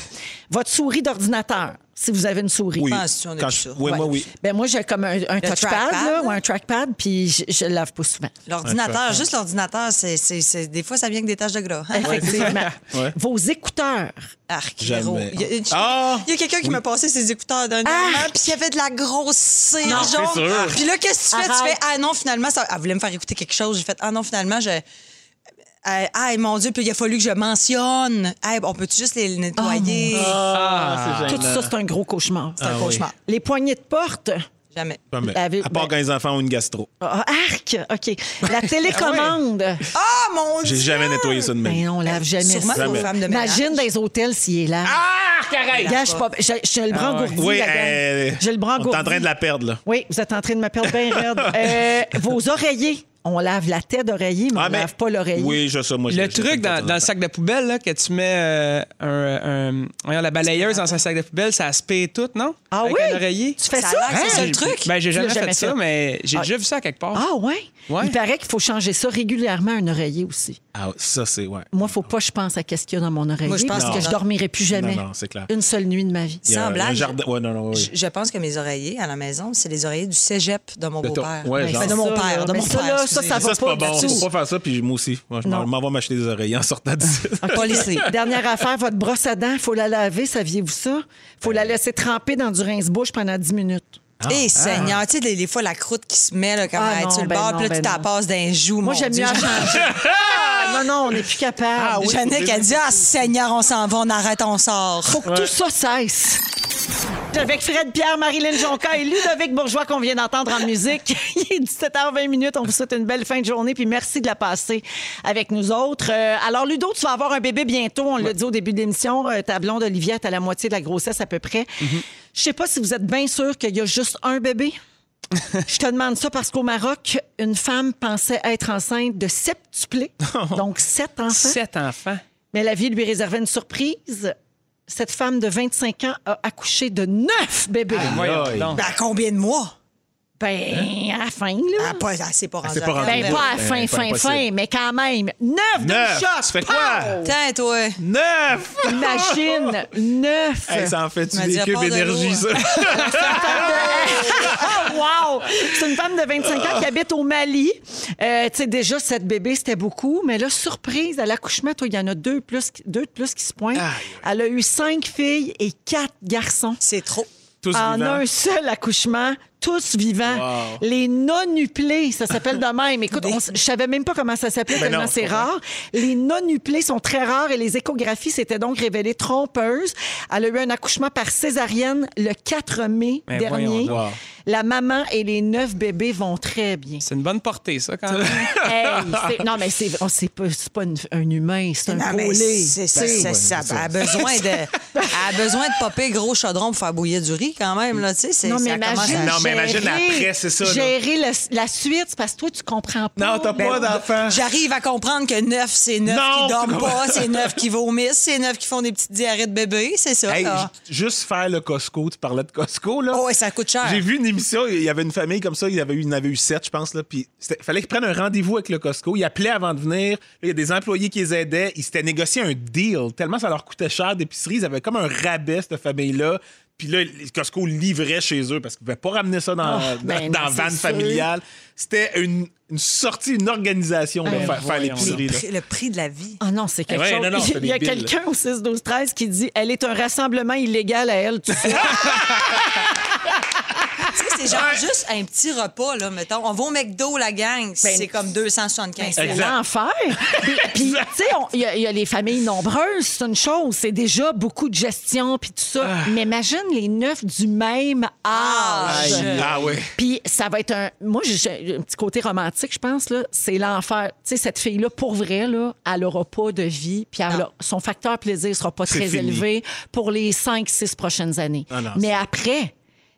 A: Votre souris d'ordinateur, si vous avez une souris.
C: Oui.
B: Penses-tu, on a
C: Quand
B: vu
C: je-
B: ça?
C: oui, moi, oui.
A: Ben moi, j'ai comme un, un touchpad
B: trackpad,
A: là,
B: là.
A: ou un trackpad, puis je- je le lave pas souvent.
B: L'ordinateur, juste l'ordinateur, c'est, c'est, c'est- des fois, ça vient avec des taches de gras. hein?
A: Effectivement.
C: Ouais.
A: Vos écouteurs.
B: Arc,
C: Jamais.
B: Véro. Il y a, une-
C: Ah!
B: il y a quelqu'un qui m'a passé ses écouteurs d'un moment, puis il y avait de la grosse cire jaune.
C: c'est sûr.
B: Puis là, qu'est-ce que tu fais? Tu
A: Arrête.
B: fais, ah non, finalement, ça... elle voulait me faire écouter quelque chose. J'ai fait, ah non, finalement, je. Ah ah, mon Dieu, puis il a fallu que je mentionne. Hey, on peut-tu juste les
C: Oh
B: nettoyer?
C: Ah, c'est
A: Tout ça, c'est un gros cauchemar.
B: C'est un cauchemar.
A: Les poignées de porte.
B: Jamais.
C: Jamais.
A: Laver-
C: À part
A: ben-
C: quand les enfants ont une gastro.
A: Ah, arc, OK.
C: Ah,
A: La télécommande.
B: Ah, mon Dieu!
C: J'ai jamais nettoyé ça de même.
A: Mais Ben on lave jamais
B: Sûrement
A: ça.
B: aux femmes de ménage.
A: Imagine dans les hôtels s'il est là.
C: Ah, carré!
A: Gars, je, suis pas- je- je le bras engourdi,
C: Oui,
A: la gang.
C: euh,
A: Je le bras
C: on est en
A: engourdi.
C: train de la perdre, là.
A: Oui, vous êtes en train de me perdre bien raide. Euh, vos oreillers. On lave la tête d'oreiller, mais on
C: Ah,
A: ne
C: mais-
A: lave pas l'oreiller.
C: Oui, je sais, moi. je-
D: Le
C: je- je-
D: truc dans, dans le sac de poubelle, là, que tu mets euh, un, un- voyons, la balayeuse dans un sac de poubelle, ça aspire tout, non?
A: Ah
D: Avec
A: oui?
D: un oreiller.
A: Tu fais
B: Ça
A: ça?
B: a l'air que c'est ça le
D: J'ai-
B: truc.
D: Ben, j'ai
A: Tu l'as
D: jamais,
A: jamais
D: fait ça,
A: fait.
D: mais j'ai
A: Ah.
D: déjà vu ça quelque part.
A: Ah ouais?
D: Ouais.
A: Il paraît qu'il faut changer ça régulièrement, un oreiller aussi.
C: Ah, ça, c'est, ouais.
A: Moi, faut pas que je pense à qu'est-ce qu'il y a dans mon oreiller
B: Moi, je pense
A: parce que
B: que
A: je
B: non.
A: dormirai plus jamais.
C: Non, non, c'est clair.
A: Une seule nuit de ma vie.
C: Il y
B: Sans
C: a- il y a un
B: blague.
C: jardin- Ouais, non, non, oui.
B: Je, je pense que mes oreillers à la maison, c'est les oreillers du cégep de mon
C: De ton-
B: beau-père.
C: ouais,
B: Ben,
C: genre.
B: de mon
A: Ça,
B: père.
A: là,
B: De
A: mais
B: mon
A: ça,
B: père.
A: là, ça,
B: excusez.
A: ça va
C: Ça, c'est pas
A: du
C: bon.
A: tout.
C: Faut pas faire ça, puis moi aussi. Moi, je
A: Non.
C: m'en m'en vais m'acheter des oreillers en sortant d'ici.
B: Pas les clés.
A: Dernière affaire, votre brosse à dents, faut la laver, saviez-vous ça? faut la laisser tremper dans du rince-bouche pendant 10 minutes.
C: Ah,
B: Eh, Seigneur, tu sais, des, des fois, la croûte qui se met là, quand
A: Ah
B: elle est
A: non,
B: sur le
A: ben
B: bord,
A: non,
B: puis là, tu
A: ben
B: t'en
A: non.
B: passes d'un joue.
A: Moi,
B: mon
A: j'aime
B: Dieu.
A: mieux en changer. Ah, non, non, on n'est plus capable.
B: Jannick, elle dit Ah, Seigneur, on s'en va, on arrête, on sort.
A: Faut que tout ça cesse. Avec Fred Pierre, Marilyn Jonca et Ludovic Bourgeois qu'on vient d'entendre en musique. Il est 17h20 minutes. On vous souhaite une belle fin de journée puis merci de la passer avec nous autres. Euh, alors Ludo, tu vas avoir un bébé bientôt. On l'a dit au début de l'émission. Euh, ta blonde Olivia est à la moitié de la grossesse à peu près. Je sais pas si vous êtes bien sûr qu'il y a juste un bébé. Je te demande ça parce qu'au Maroc, une femme pensait être enceinte de septuplé, donc sept enfants.
D: Sept enfants.
A: Mais la vie lui réservait une surprise. Cette femme de 25 ans a accouché de neuf bébés.
C: Ah,
D: Voyons
C: aïe.
D: donc.
B: Ben, à combien de mois?
A: Ben, à la fin, là.
B: Ah, pas, ah, c'est pas rendu.
C: c'est pas
B: à-
C: rendu.
A: Ben,
C: Hein? ben,
A: pas à la
C: ben,
A: fin,
C: pas
A: fin,
C: impossible.
A: fin, mais quand même. Neuf de
C: Neuf!
A: shot!
C: Tu fais
A: Pow!
C: quoi?
B: Tiens, toi.
C: Neuf!
A: Imagine, neuf!
C: Hey, ça en fait
B: Tu m'as
C: du
B: dit,
C: des
B: à
C: cubes
B: part de
C: d'énergie, ça.
B: l'eau.
A: Oh, wow! C'est une femme de 25 ans qui habite au Mali. Euh, tu sais, déjà, cette bébé, c'était beaucoup. Mais là, surprise, à l'accouchement, toi, il y en a deux, plus, qui- deux de plus qui se pointent. Elle a eu cinq filles et quatre garçons.
B: C'est trop.
C: Tous
A: en
C: vivants.
A: un seul accouchement, tous vivants.
C: Wow.
A: Les nonuplés, ça s'appelle de même. Écoute, on s- je savais même pas comment ça s'appelait
C: Ben
A: tellement
C: non, je
A: c'est
C: comprends.
A: rare. Les nonuplés sont très rares et les échographies s'étaient donc révélées trompeuses. Elle a eu un accouchement par césarienne le 4 mai
D: Ben voyons
A: dernier.
D: donc.
C: Wow.
A: La maman et les neuf bébés vont très bien.
D: C'est une bonne portée, ça, quand même.
A: Hey, c'est- non, mais c'est oh, c'est pas, c'est pas une- un humain, c'est un
B: Non, mais
A: collé.
B: c'est
C: Ben,
B: c'est-
C: ouais,
B: c'est ça.
C: c'est
B: Elle a besoin de, elle a besoin de popper gros chaudron pour faire bouillir du riz quand même là. Tu sais, c'est-
A: Non, mais
B: ça commence
A: imagine.
B: à-
C: Non, mais imagine
A: gérer-
C: après, c'est ça, là.
A: Gérer la, la suite, c'est parce que toi, tu comprends pas.
C: Non, Ah, t'as pas d'enfant.
B: J'arrive à comprendre que neuf, c'est neuf
C: Non,
B: qui
C: tu
B: dorment
C: comprends-
B: pas, c'est neuf qui vomissent, c'est neuf qui font des petites diarrhées de bébé, c'est ben, ça.
C: Hey,
B: là.
C: j- juste faire le Costco, tu parlais de Costco, là.
B: Oh, ouais, ça coûte cher.
C: J'ai vu une émission, il y avait une famille comme ça, il y avait eu, il y en avait eu sept, je pense, là. Puis c'était- fallait qu'ils prennent un rendez-vous avec le Costco. Ils appelaient avant de venir. Là, il y a des employés qui les aidaient. Ils s'étaient négocié un deal. Tellement ça leur coûtait cher d'épicerie. Ils avaient comme un rabais, cette famille-là. Puis là, le Costco livrait chez eux parce qu'ils ne pouvaient pas ramener ça dans,
A: Ah,
C: dans,
A: ben
C: dans
A: non,
C: la vanne
A: c'est
C: familiale. C'était une, une sortie, une organisation de
A: Ben
C: faire, faire
D: voyons
C: l'épicerie.
B: le,
C: là.
B: prix, le prix de la vie.
A: Ah non, c'est quelque
C: Eh Ouais,
A: chose.
C: non, non, c'est
A: Il y a
C: des billes.
A: quelqu'un au 6 12 13 qui dit elle est un rassemblement illégal à elle. Tu sais.
B: tu sais, c'est genre juste un petit repas, là, mettons. On va au McDo, la gang, c'est comme 275
A: c'est
C: Exact.
A: l'enfer. Puis, puis, tu sais, on- il y, a- il y a les familles nombreuses, c'est une chose. C'est déjà beaucoup de gestion, puis tout ça.
C: Ah.
A: Mais imagine les neuf du même âge.
B: Âge.
C: Ah oui.
A: Puis ça va être un. Moi, j'ai- j'ai un petit côté romantique, je pense, là. C'est l'enfer. Tu sais, cette fille-là, pour vrai, là, elle n'aura pas de vie. Puis elle
B: Non.
A: a- son facteur plaisir sera pas
C: C'est
A: très
C: fini.
A: élevé pour les 5-6 prochaines années.
C: Ah non,
A: Mais
C: c'est-
A: après.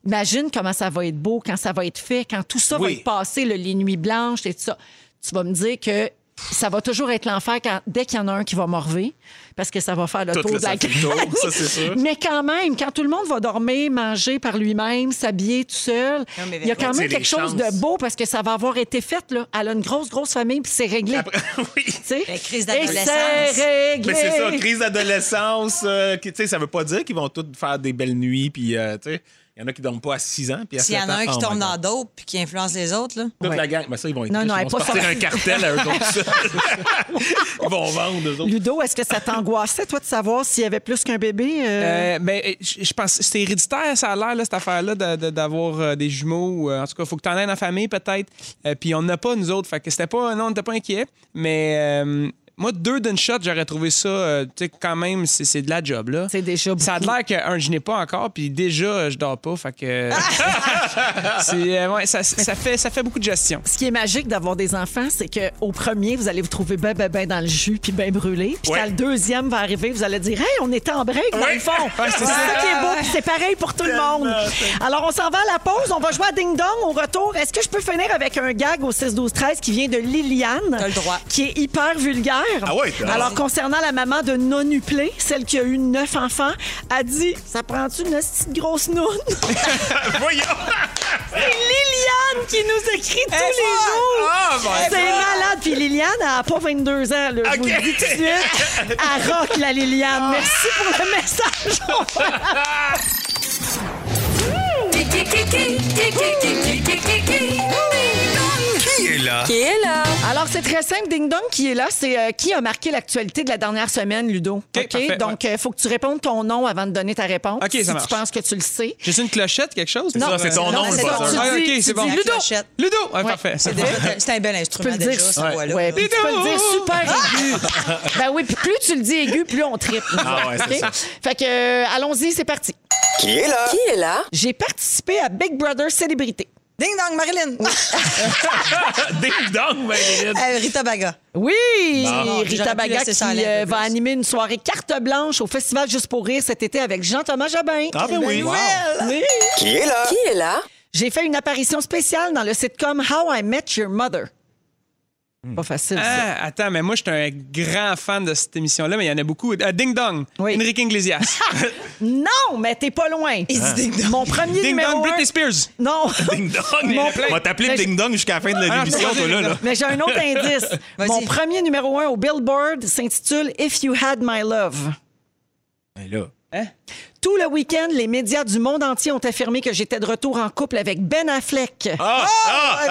A: Imagine comment ça va être beau, quand ça va être fait, quand tout ça va
C: Oui.
A: être passé, le- les nuits blanches et tout ça. Tu vas me dire que ça va toujours être l'enfer quand, dès qu'il y en a un qui va morver, parce que ça va faire le
C: Tout
A: tour
C: le-
A: de la
C: ça fait le tour,
A: cage.
C: ça, c'est sûr.
A: Mais quand même, quand tout le monde va dormir, manger par lui-même, s'habiller tout seul,
B: mais
A: il y a quand
C: c'est
A: même
C: les
A: quelque chose
C: chances.
A: de beau parce que ça va avoir été fait. Là. Elle a une grosse, grosse famille, puis c'est réglé.
C: Après- oui.
A: Tu sais?
B: La crise
A: Et
B: d'adolescence.
A: c'est réglé.
C: Mais c'est ça, crise d'adolescence. euh, qui- tu sais, ça veut pas dire qu'ils vont tous faire des belles nuits. Puis, euh, tu sais, il y en a qui dorment pas à 6 ans. Puis à
B: S'il y en
C: sept
B: a un
C: ans,
B: qui
C: oh my
B: tombe
C: God.
B: dans d'autres puis qui influence les autres, là.
C: Toute
A: Ouais.
C: la gang. Mais ça, ils vont être
A: Non,
C: riches,
A: non, elle
C: ils
A: est
C: vont
A: pas
C: se partir un
A: sortie.
C: cartel à eux autres. seuls. ils vont vendre, eux autres.
A: Ludo, est-ce que ça t'angoissait, toi, de savoir s'il y avait plus qu'un bébé? euh?
D: Euh, ben, euh, je je pense c'est héréditaire, ça a l'air, là, cette affaire-là, de- de- d'avoir euh, des jumeaux. ou, euh, en tout cas, il faut que tu en aies dans la famille, peut-être. Euh, Puis on n'a pas, nous autres. Fait que c'était pas. Non, on n'était pas inquiets. Mais euh, moi, deux d'une shot, j'aurais trouvé ça. euh, tu sais, quand même, c'est c'est de la job, là.
A: C'est déjà
D: Ça a
A: beaucoup.
D: l'air que, un, je n'ai pas encore, puis déjà, euh, je dors pas. Fait que. c'est, euh, ouais, ça, ça fait, ça fait beaucoup de gestion.
A: Ce qui est magique d'avoir des enfants, c'est que au premier, vous allez vous trouver ben, ben, ben dans le jus, puis ben brûlé. Puis
C: Ouais.
A: quand le deuxième va arriver, vous allez dire Hey, on était en break, dans
C: Ouais.
A: le fond.
C: Ouais,
A: c'est
C: c'est
A: ça
C: ça.
A: qui est beau, puis c'est pareil pour tout le monde. Alors, on s'en va à la pause, on va jouer à Ding Dong. Au retour, est-ce que je peux finir avec un gag au 6-12-13 qui vient de Liliane?
B: T'as le droit.
A: Qui est hyper vulgaire.
C: Ah ouais, t'as-
A: Alors, concernant la maman de Nonuplé, celle qui a eu neuf enfants, a dit Ça prend-tu une petite grosse noune?
C: Voyons!
A: C'est Liliane qui nous écrit
D: Eh,
A: tous les jours.
C: Ah, ben,
A: C'est malade. Puis Liliane, elle n'a pas 22 ans. Là. Je vous le
C: Ok.
A: dis tout de suite. Elle rock, la
D: Ah.
A: Liliane. Merci pour le message. On va Alors, c'est très simple. Ding Dong qui est là, c'est euh, qui a marqué l'actualité de la dernière semaine, Ludo.
D: OK, parfait,
A: Donc, il faut que tu répondes ton nom avant de donner ta réponse.
D: OK, ça
A: si
D: marche.
A: tu penses que tu le sais.
D: J'ai une clochette, quelque chose?
A: Non.
C: ça, c'est ton
A: Non,
C: nom, le
A: c'est ça,
C: buzzer.
D: Ah,
A: tu
D: OK,
A: dis-
D: c'est
A: tu
D: bon.
A: dis Ludo.
B: Clochette.
D: Ludo! Ah, Parfait. c'est
B: C'est
D: bon.
B: déjà- C'est un bel
A: Tu
B: instrument
A: peux le
B: déjà,
A: dire,
B: cette voix-là.
A: ouais, puis tu peux le
D: Ludo!
A: dire super aigu. ben oui, puis plus tu le dis aigu, plus on tripe.
C: Ah ouais, c'est
A: OK?
C: ça.
A: Fait que, euh, allons-y, c'est parti.
F: Qui est là?
A: J'ai participé à Big Brother Célébrité.
B: Ding dong, Marilyn!
C: Ding dong, ben, Marilyn!
B: Euh, Rita Baga.
A: Oui,
B: Bon.
A: Rita
B: J'aurais pu
A: Baga
B: laisser
A: qui
B: ça aller un
A: euh,
B: peu
A: va
B: plus.
A: animer une soirée carte blanche au Festival Juste pour rire cet été avec Jean-Thomas Jabin.
C: Ah, ben oui!
A: Oui.
F: Qui est là? Qui est là?
A: J'ai fait une apparition spéciale dans le sitcom How I Met Your Mother. Pas facile, ça.
D: Ah, attends, mais moi, je suis un grand fan de cette émission-là, mais il y en a beaucoup. Euh, Ding Dong,
A: Oui.
D: Enrique Iglesias.
A: Non, mais t'es pas loin. Mon premier
D: Ding
A: numéro
D: Dong,
A: un-
D: Britney Spears.
A: Non.
C: Ding dong! On va t'appeler
A: Mais-
C: Ding dong jusqu'à la fin de
D: Ah,
C: l'émission,
D: je-
C: toi, là. là.
A: Mais j'ai un autre indice.
B: Vas-y.
A: Mon premier numéro un au Billboard s'intitule If You Had My Love.
C: Ben là.
A: Tout le week-end, les médias du monde entier ont affirmé que j'étais de retour en couple avec Ben Affleck.
C: Ah! Ah!
B: Euh,
C: Ah!
B: euh,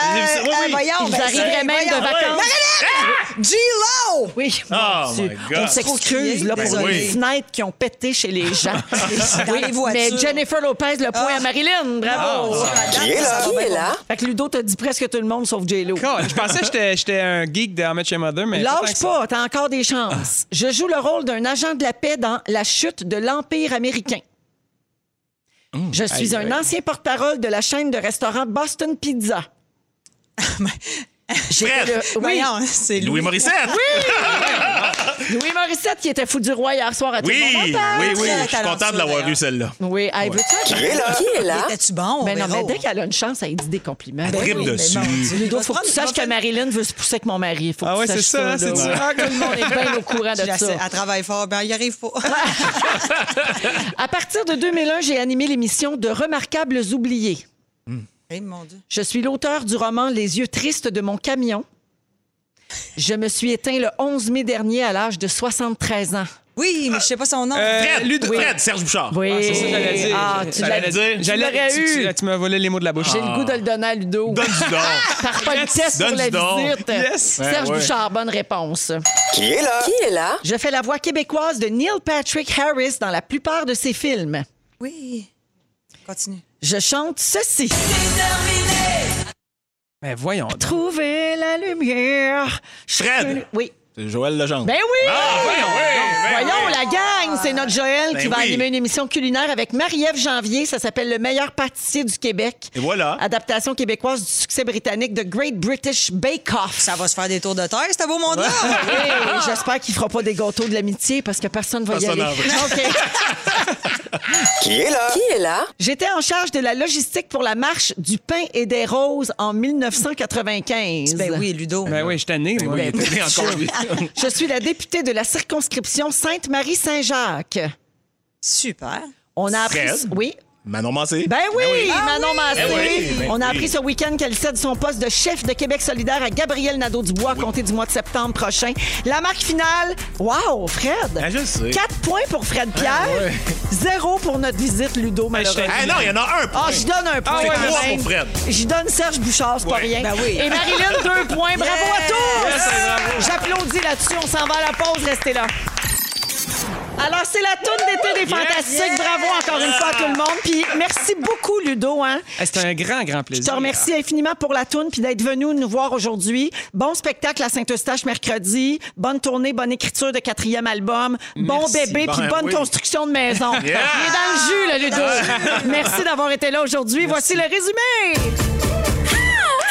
B: euh,
C: J'ai vu ça. Oui,
B: euh,
C: oui.
B: Voyons,
A: Ils
B: ben,
A: arriveraient
B: c'est-
A: même de
B: voyons.
A: vacances.
F: Ah.
B: G-Lo!
A: Oui,
C: Oh
A: mon
C: my
A: Dieu.
C: God.
A: on s'excuse là, pour
B: Désolé.
A: les fenêtres qui ont pété chez les gens.
B: Dans les voitures.
A: Mais Jennifer Lopez, le point
B: Ah.
A: à Marilyn, bravo!
B: Oh,
F: Qui est là? Qui est là?
A: Fait que Ludo t'a dit presque tout le monde sauf J-Lo.
D: God, je pensais que j'étais- j'étais un geek de How I Met Your Mother, mais. tant
A: Lâche
D: que Ben, ça.
A: pas, t'as encore des chances. Je joue le rôle d'un agent de la paix dans La chute de l'Empire américain. Je suis un ancien porte-parole de la chaîne de restaurants Boston Pizza. J'étais
C: Bref.
A: le- oui,
B: Voyons, c'est
C: Louis Morissette!
A: Louis Morissette qui était fou du roi hier soir à
C: Oui,
A: Télé-Mon
C: oui,
A: Montage.
C: oui,
B: Très
C: Je suis content
B: talentueux,
C: de l'avoir
B: d'ailleurs.
C: eu, celle-là.
A: Oui, hey, veux-tu-
F: Qui est là? Qui est là?
B: T'es-tu bon?
A: Mais Ben non, mais
B: Véro?
A: dès qu'elle a une chance, elle dit des compliments.
B: Ben
C: Tripe
B: oui, mais
C: dessus.
B: mon Dieu.
A: Ludo,
B: Il va
A: faut
B: se
A: que tu
B: prendre-
A: saches
B: il va
A: que Marilyn veut se pousser avec mon mari. Faut que
D: Ah ouais,
A: tu saches
D: c'est ça,
A: là.
D: c'est ça.
A: Ouais. Tout le monde est bien au courant de
B: se-
A: ça.
B: Elle travaille fort, ben, elle y arrive pas.
A: À partir de 2001, j'ai animé l'émission De Remarquables Oubliés.
B: Eh, mon Dieu.
A: Je suis l'auteur du roman Les yeux tristes de mon camion. Je me suis éteint le 11 mai dernier à l'âge de 73 ans.
B: Oui, mais je sais pas son nom.
D: Euh,
C: Fred,
D: Ludo-
C: Fred, Serge Bouchard.
A: Oui.
D: C'est ça que j'allais dire.
A: Ah, tu
D: J'allais-
A: l'as-
C: dire.
D: j'allais-
A: Tu l'aurais
D: tu-
A: eu.
D: tu- Tu m'as volé les mots de la bouche. Ah.
A: J'ai le goût de le donner à Ludo.
C: Donne du don.
A: Par politesse pour
C: Donne
A: la
C: du don.
A: visite.
D: Yes. Ben
A: Serge
C: Ouais, ouais.
A: Bouchard, bonne réponse.
F: Qui est là? Qui est là?
A: Je fais la voix québécoise de Neil Patrick Harris dans la plupart de ses films.
B: Oui. Continue.
A: Je chante ceci.
D: Mais voyons.
A: Trouver la lumière.
C: Fred.
A: Oui.
C: C'est Joël Legendre.
A: Ben oui!
C: Ah, ben oui, ben
A: Voyons,
C: oui.
A: la gang, c'est notre Joël
C: Ben
A: qui va
C: oui.
A: animer une émission culinaire avec Marie-Ève Janvier. Ça s'appelle Le meilleur pâtissier du Québec.
C: Et voilà.
A: Adaptation québécoise du succès britannique de Great British Bake Off.
B: Ça va se faire des tours de terre, c'est un beau monde-là.
A: Oui, J'espère qu'il fera pas des gâteaux de l'amitié parce que personne va
C: Personne
A: y
C: n'en
A: aller. OK.
F: Qui est là? Qui est là?
A: J'étais en charge de la logistique pour la marche du pain et des roses en 1995.
B: Ben oui, Ludo.
D: Ben oui, je t'ai né, moi.
C: Il était né encore lui.
A: Je suis la députée de la circonscription Sainte-Marie-Saint-Jacques.
B: Super.
A: On a appris.
C: Fred?
A: Oui.
C: Manon Massé.
A: Ben oui, Manon Massé.
C: Ben oui, ben
A: On a
C: oui.
A: appris ce week-end qu'elle cède son poste de chef de Québec solidaire à Gabriel Nadeau-Dubois, compté du mois de septembre prochain. La marque finale, wow, Fred!
C: Ah, je le sais.
A: 4 points pour Fred Pierre, zéro pour notre visite, Ludo, malheureusement.
C: Ah non, il y en a un.
A: Ah,
C: point.
A: je donne un point.
C: C'est
A: quand
C: trois
A: même.
C: pour Fred.
A: Je donne Serge Bouchard, c'est pas
C: Ouais.
A: rien.
B: Ben oui.
A: Et Marilyn, deux points. Bravo à tous!
D: Yes, bravo.
A: J'applaudis là-dessus. On s'en va à la pause. Restez là. Alors, c'est la toune d'été des Fantastiques. Bravo encore une fois à tout le monde. Puis merci beaucoup, Ludo. Hein.
D: Ah, C'était un grand, grand plaisir.
A: Je te remercie infiniment pour la toune puis d'être venu nous voir aujourd'hui. Bon spectacle à Saint-Eustache mercredi. Bonne tournée, bonne écriture de quatrième album. Bon
D: Merci.
A: bébé puis
C: Ben
A: bonne
C: oui.
A: construction de maison. Il est dans le jus, là, Ludo. Merci d'avoir été là aujourd'hui. Voici le résumé.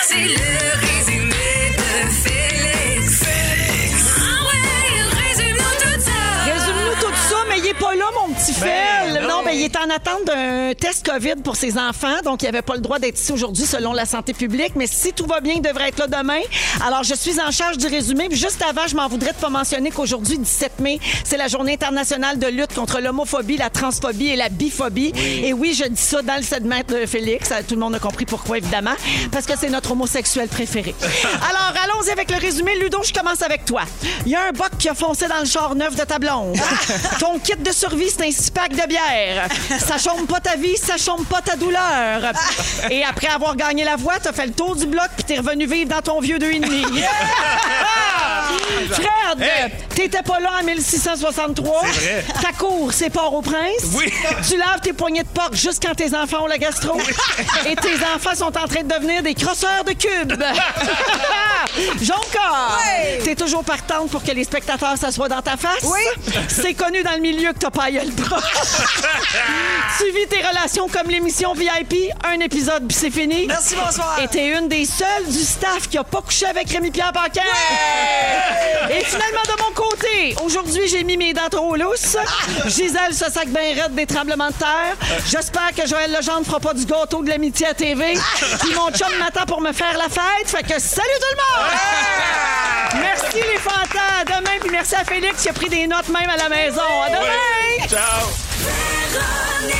G: C'est le résumé de Félix. Félix. Ah ouais, résume-nous tout ça.
A: Résume-nous tout ça, mais il n'est pas là, mon petit Fel. Ben non, mais il est en attente d'un test COVID pour ses enfants, donc il n'avait pas le droit d'être ici aujourd'hui selon la santé publique. Mais si tout va bien, il devrait être là demain. Alors, je suis en charge du résumé. Puis juste avant, je m'en voudrais de pas mentionner qu'aujourd'hui, 17 mai, c'est la journée internationale de lutte contre l'homophobie, la transphobie et la biphobie. Et oui, je dis ça dans le segment de Félix. Euh, Tout le monde a compris pourquoi, évidemment, parce que c'est notre homosexuel préféré. Alors, allons-y avec le résumé. Ludo, je commence avec toi. Il y a un boc qui a foncé dans le char neuf de ta blonde. Ton kit de survie, c'est un six pack de bière. Ça chôme pas ta vie, ça chôme pas ta douleur. Et après avoir gagné la voix, t'as fait le tour du bloc puis t'es revenu vivre dans ton vieux deux et demi.
C: Ah!
A: Fred, t'étais pas là en 1663.
C: C'est vrai.
A: Ta cour, c'est Port-au-Prince.
C: Oui.
A: Tu laves tes poignées de porc juste quand tes enfants ont la gastro. Et tes enfants sont en train de devenir des crosseurs de cubes. Jonca, t'es toujours partante pour que les spectateurs s'assoient dans ta face. Oui. C'est connu dans le milieu que t'as pas aïeul proche. tu vis tes relations comme l'émission VIP, un épisode puis c'est fini.
B: Merci, bonsoir.
A: Et t'es une des seules du staff qui a pas couché avec Rémi-Pierre Paquin. Et finalement, de mon côté, aujourd'hui, j'ai mis mes dents trop lousses.
B: Ah!
A: Gisèle se sac bien raide des tremblements de terre. J'espère que Joël Legendre fera pas du gâteau de l'amitié à TV.
B: Ah!
A: Puis mon chum m'attend pour me faire la fête. Fait que salut tout le monde! Merci les fantas. À demain. Puis merci à Félix qui a pris des notes même à la maison. À demain!
C: Ciao.
G: Véronique.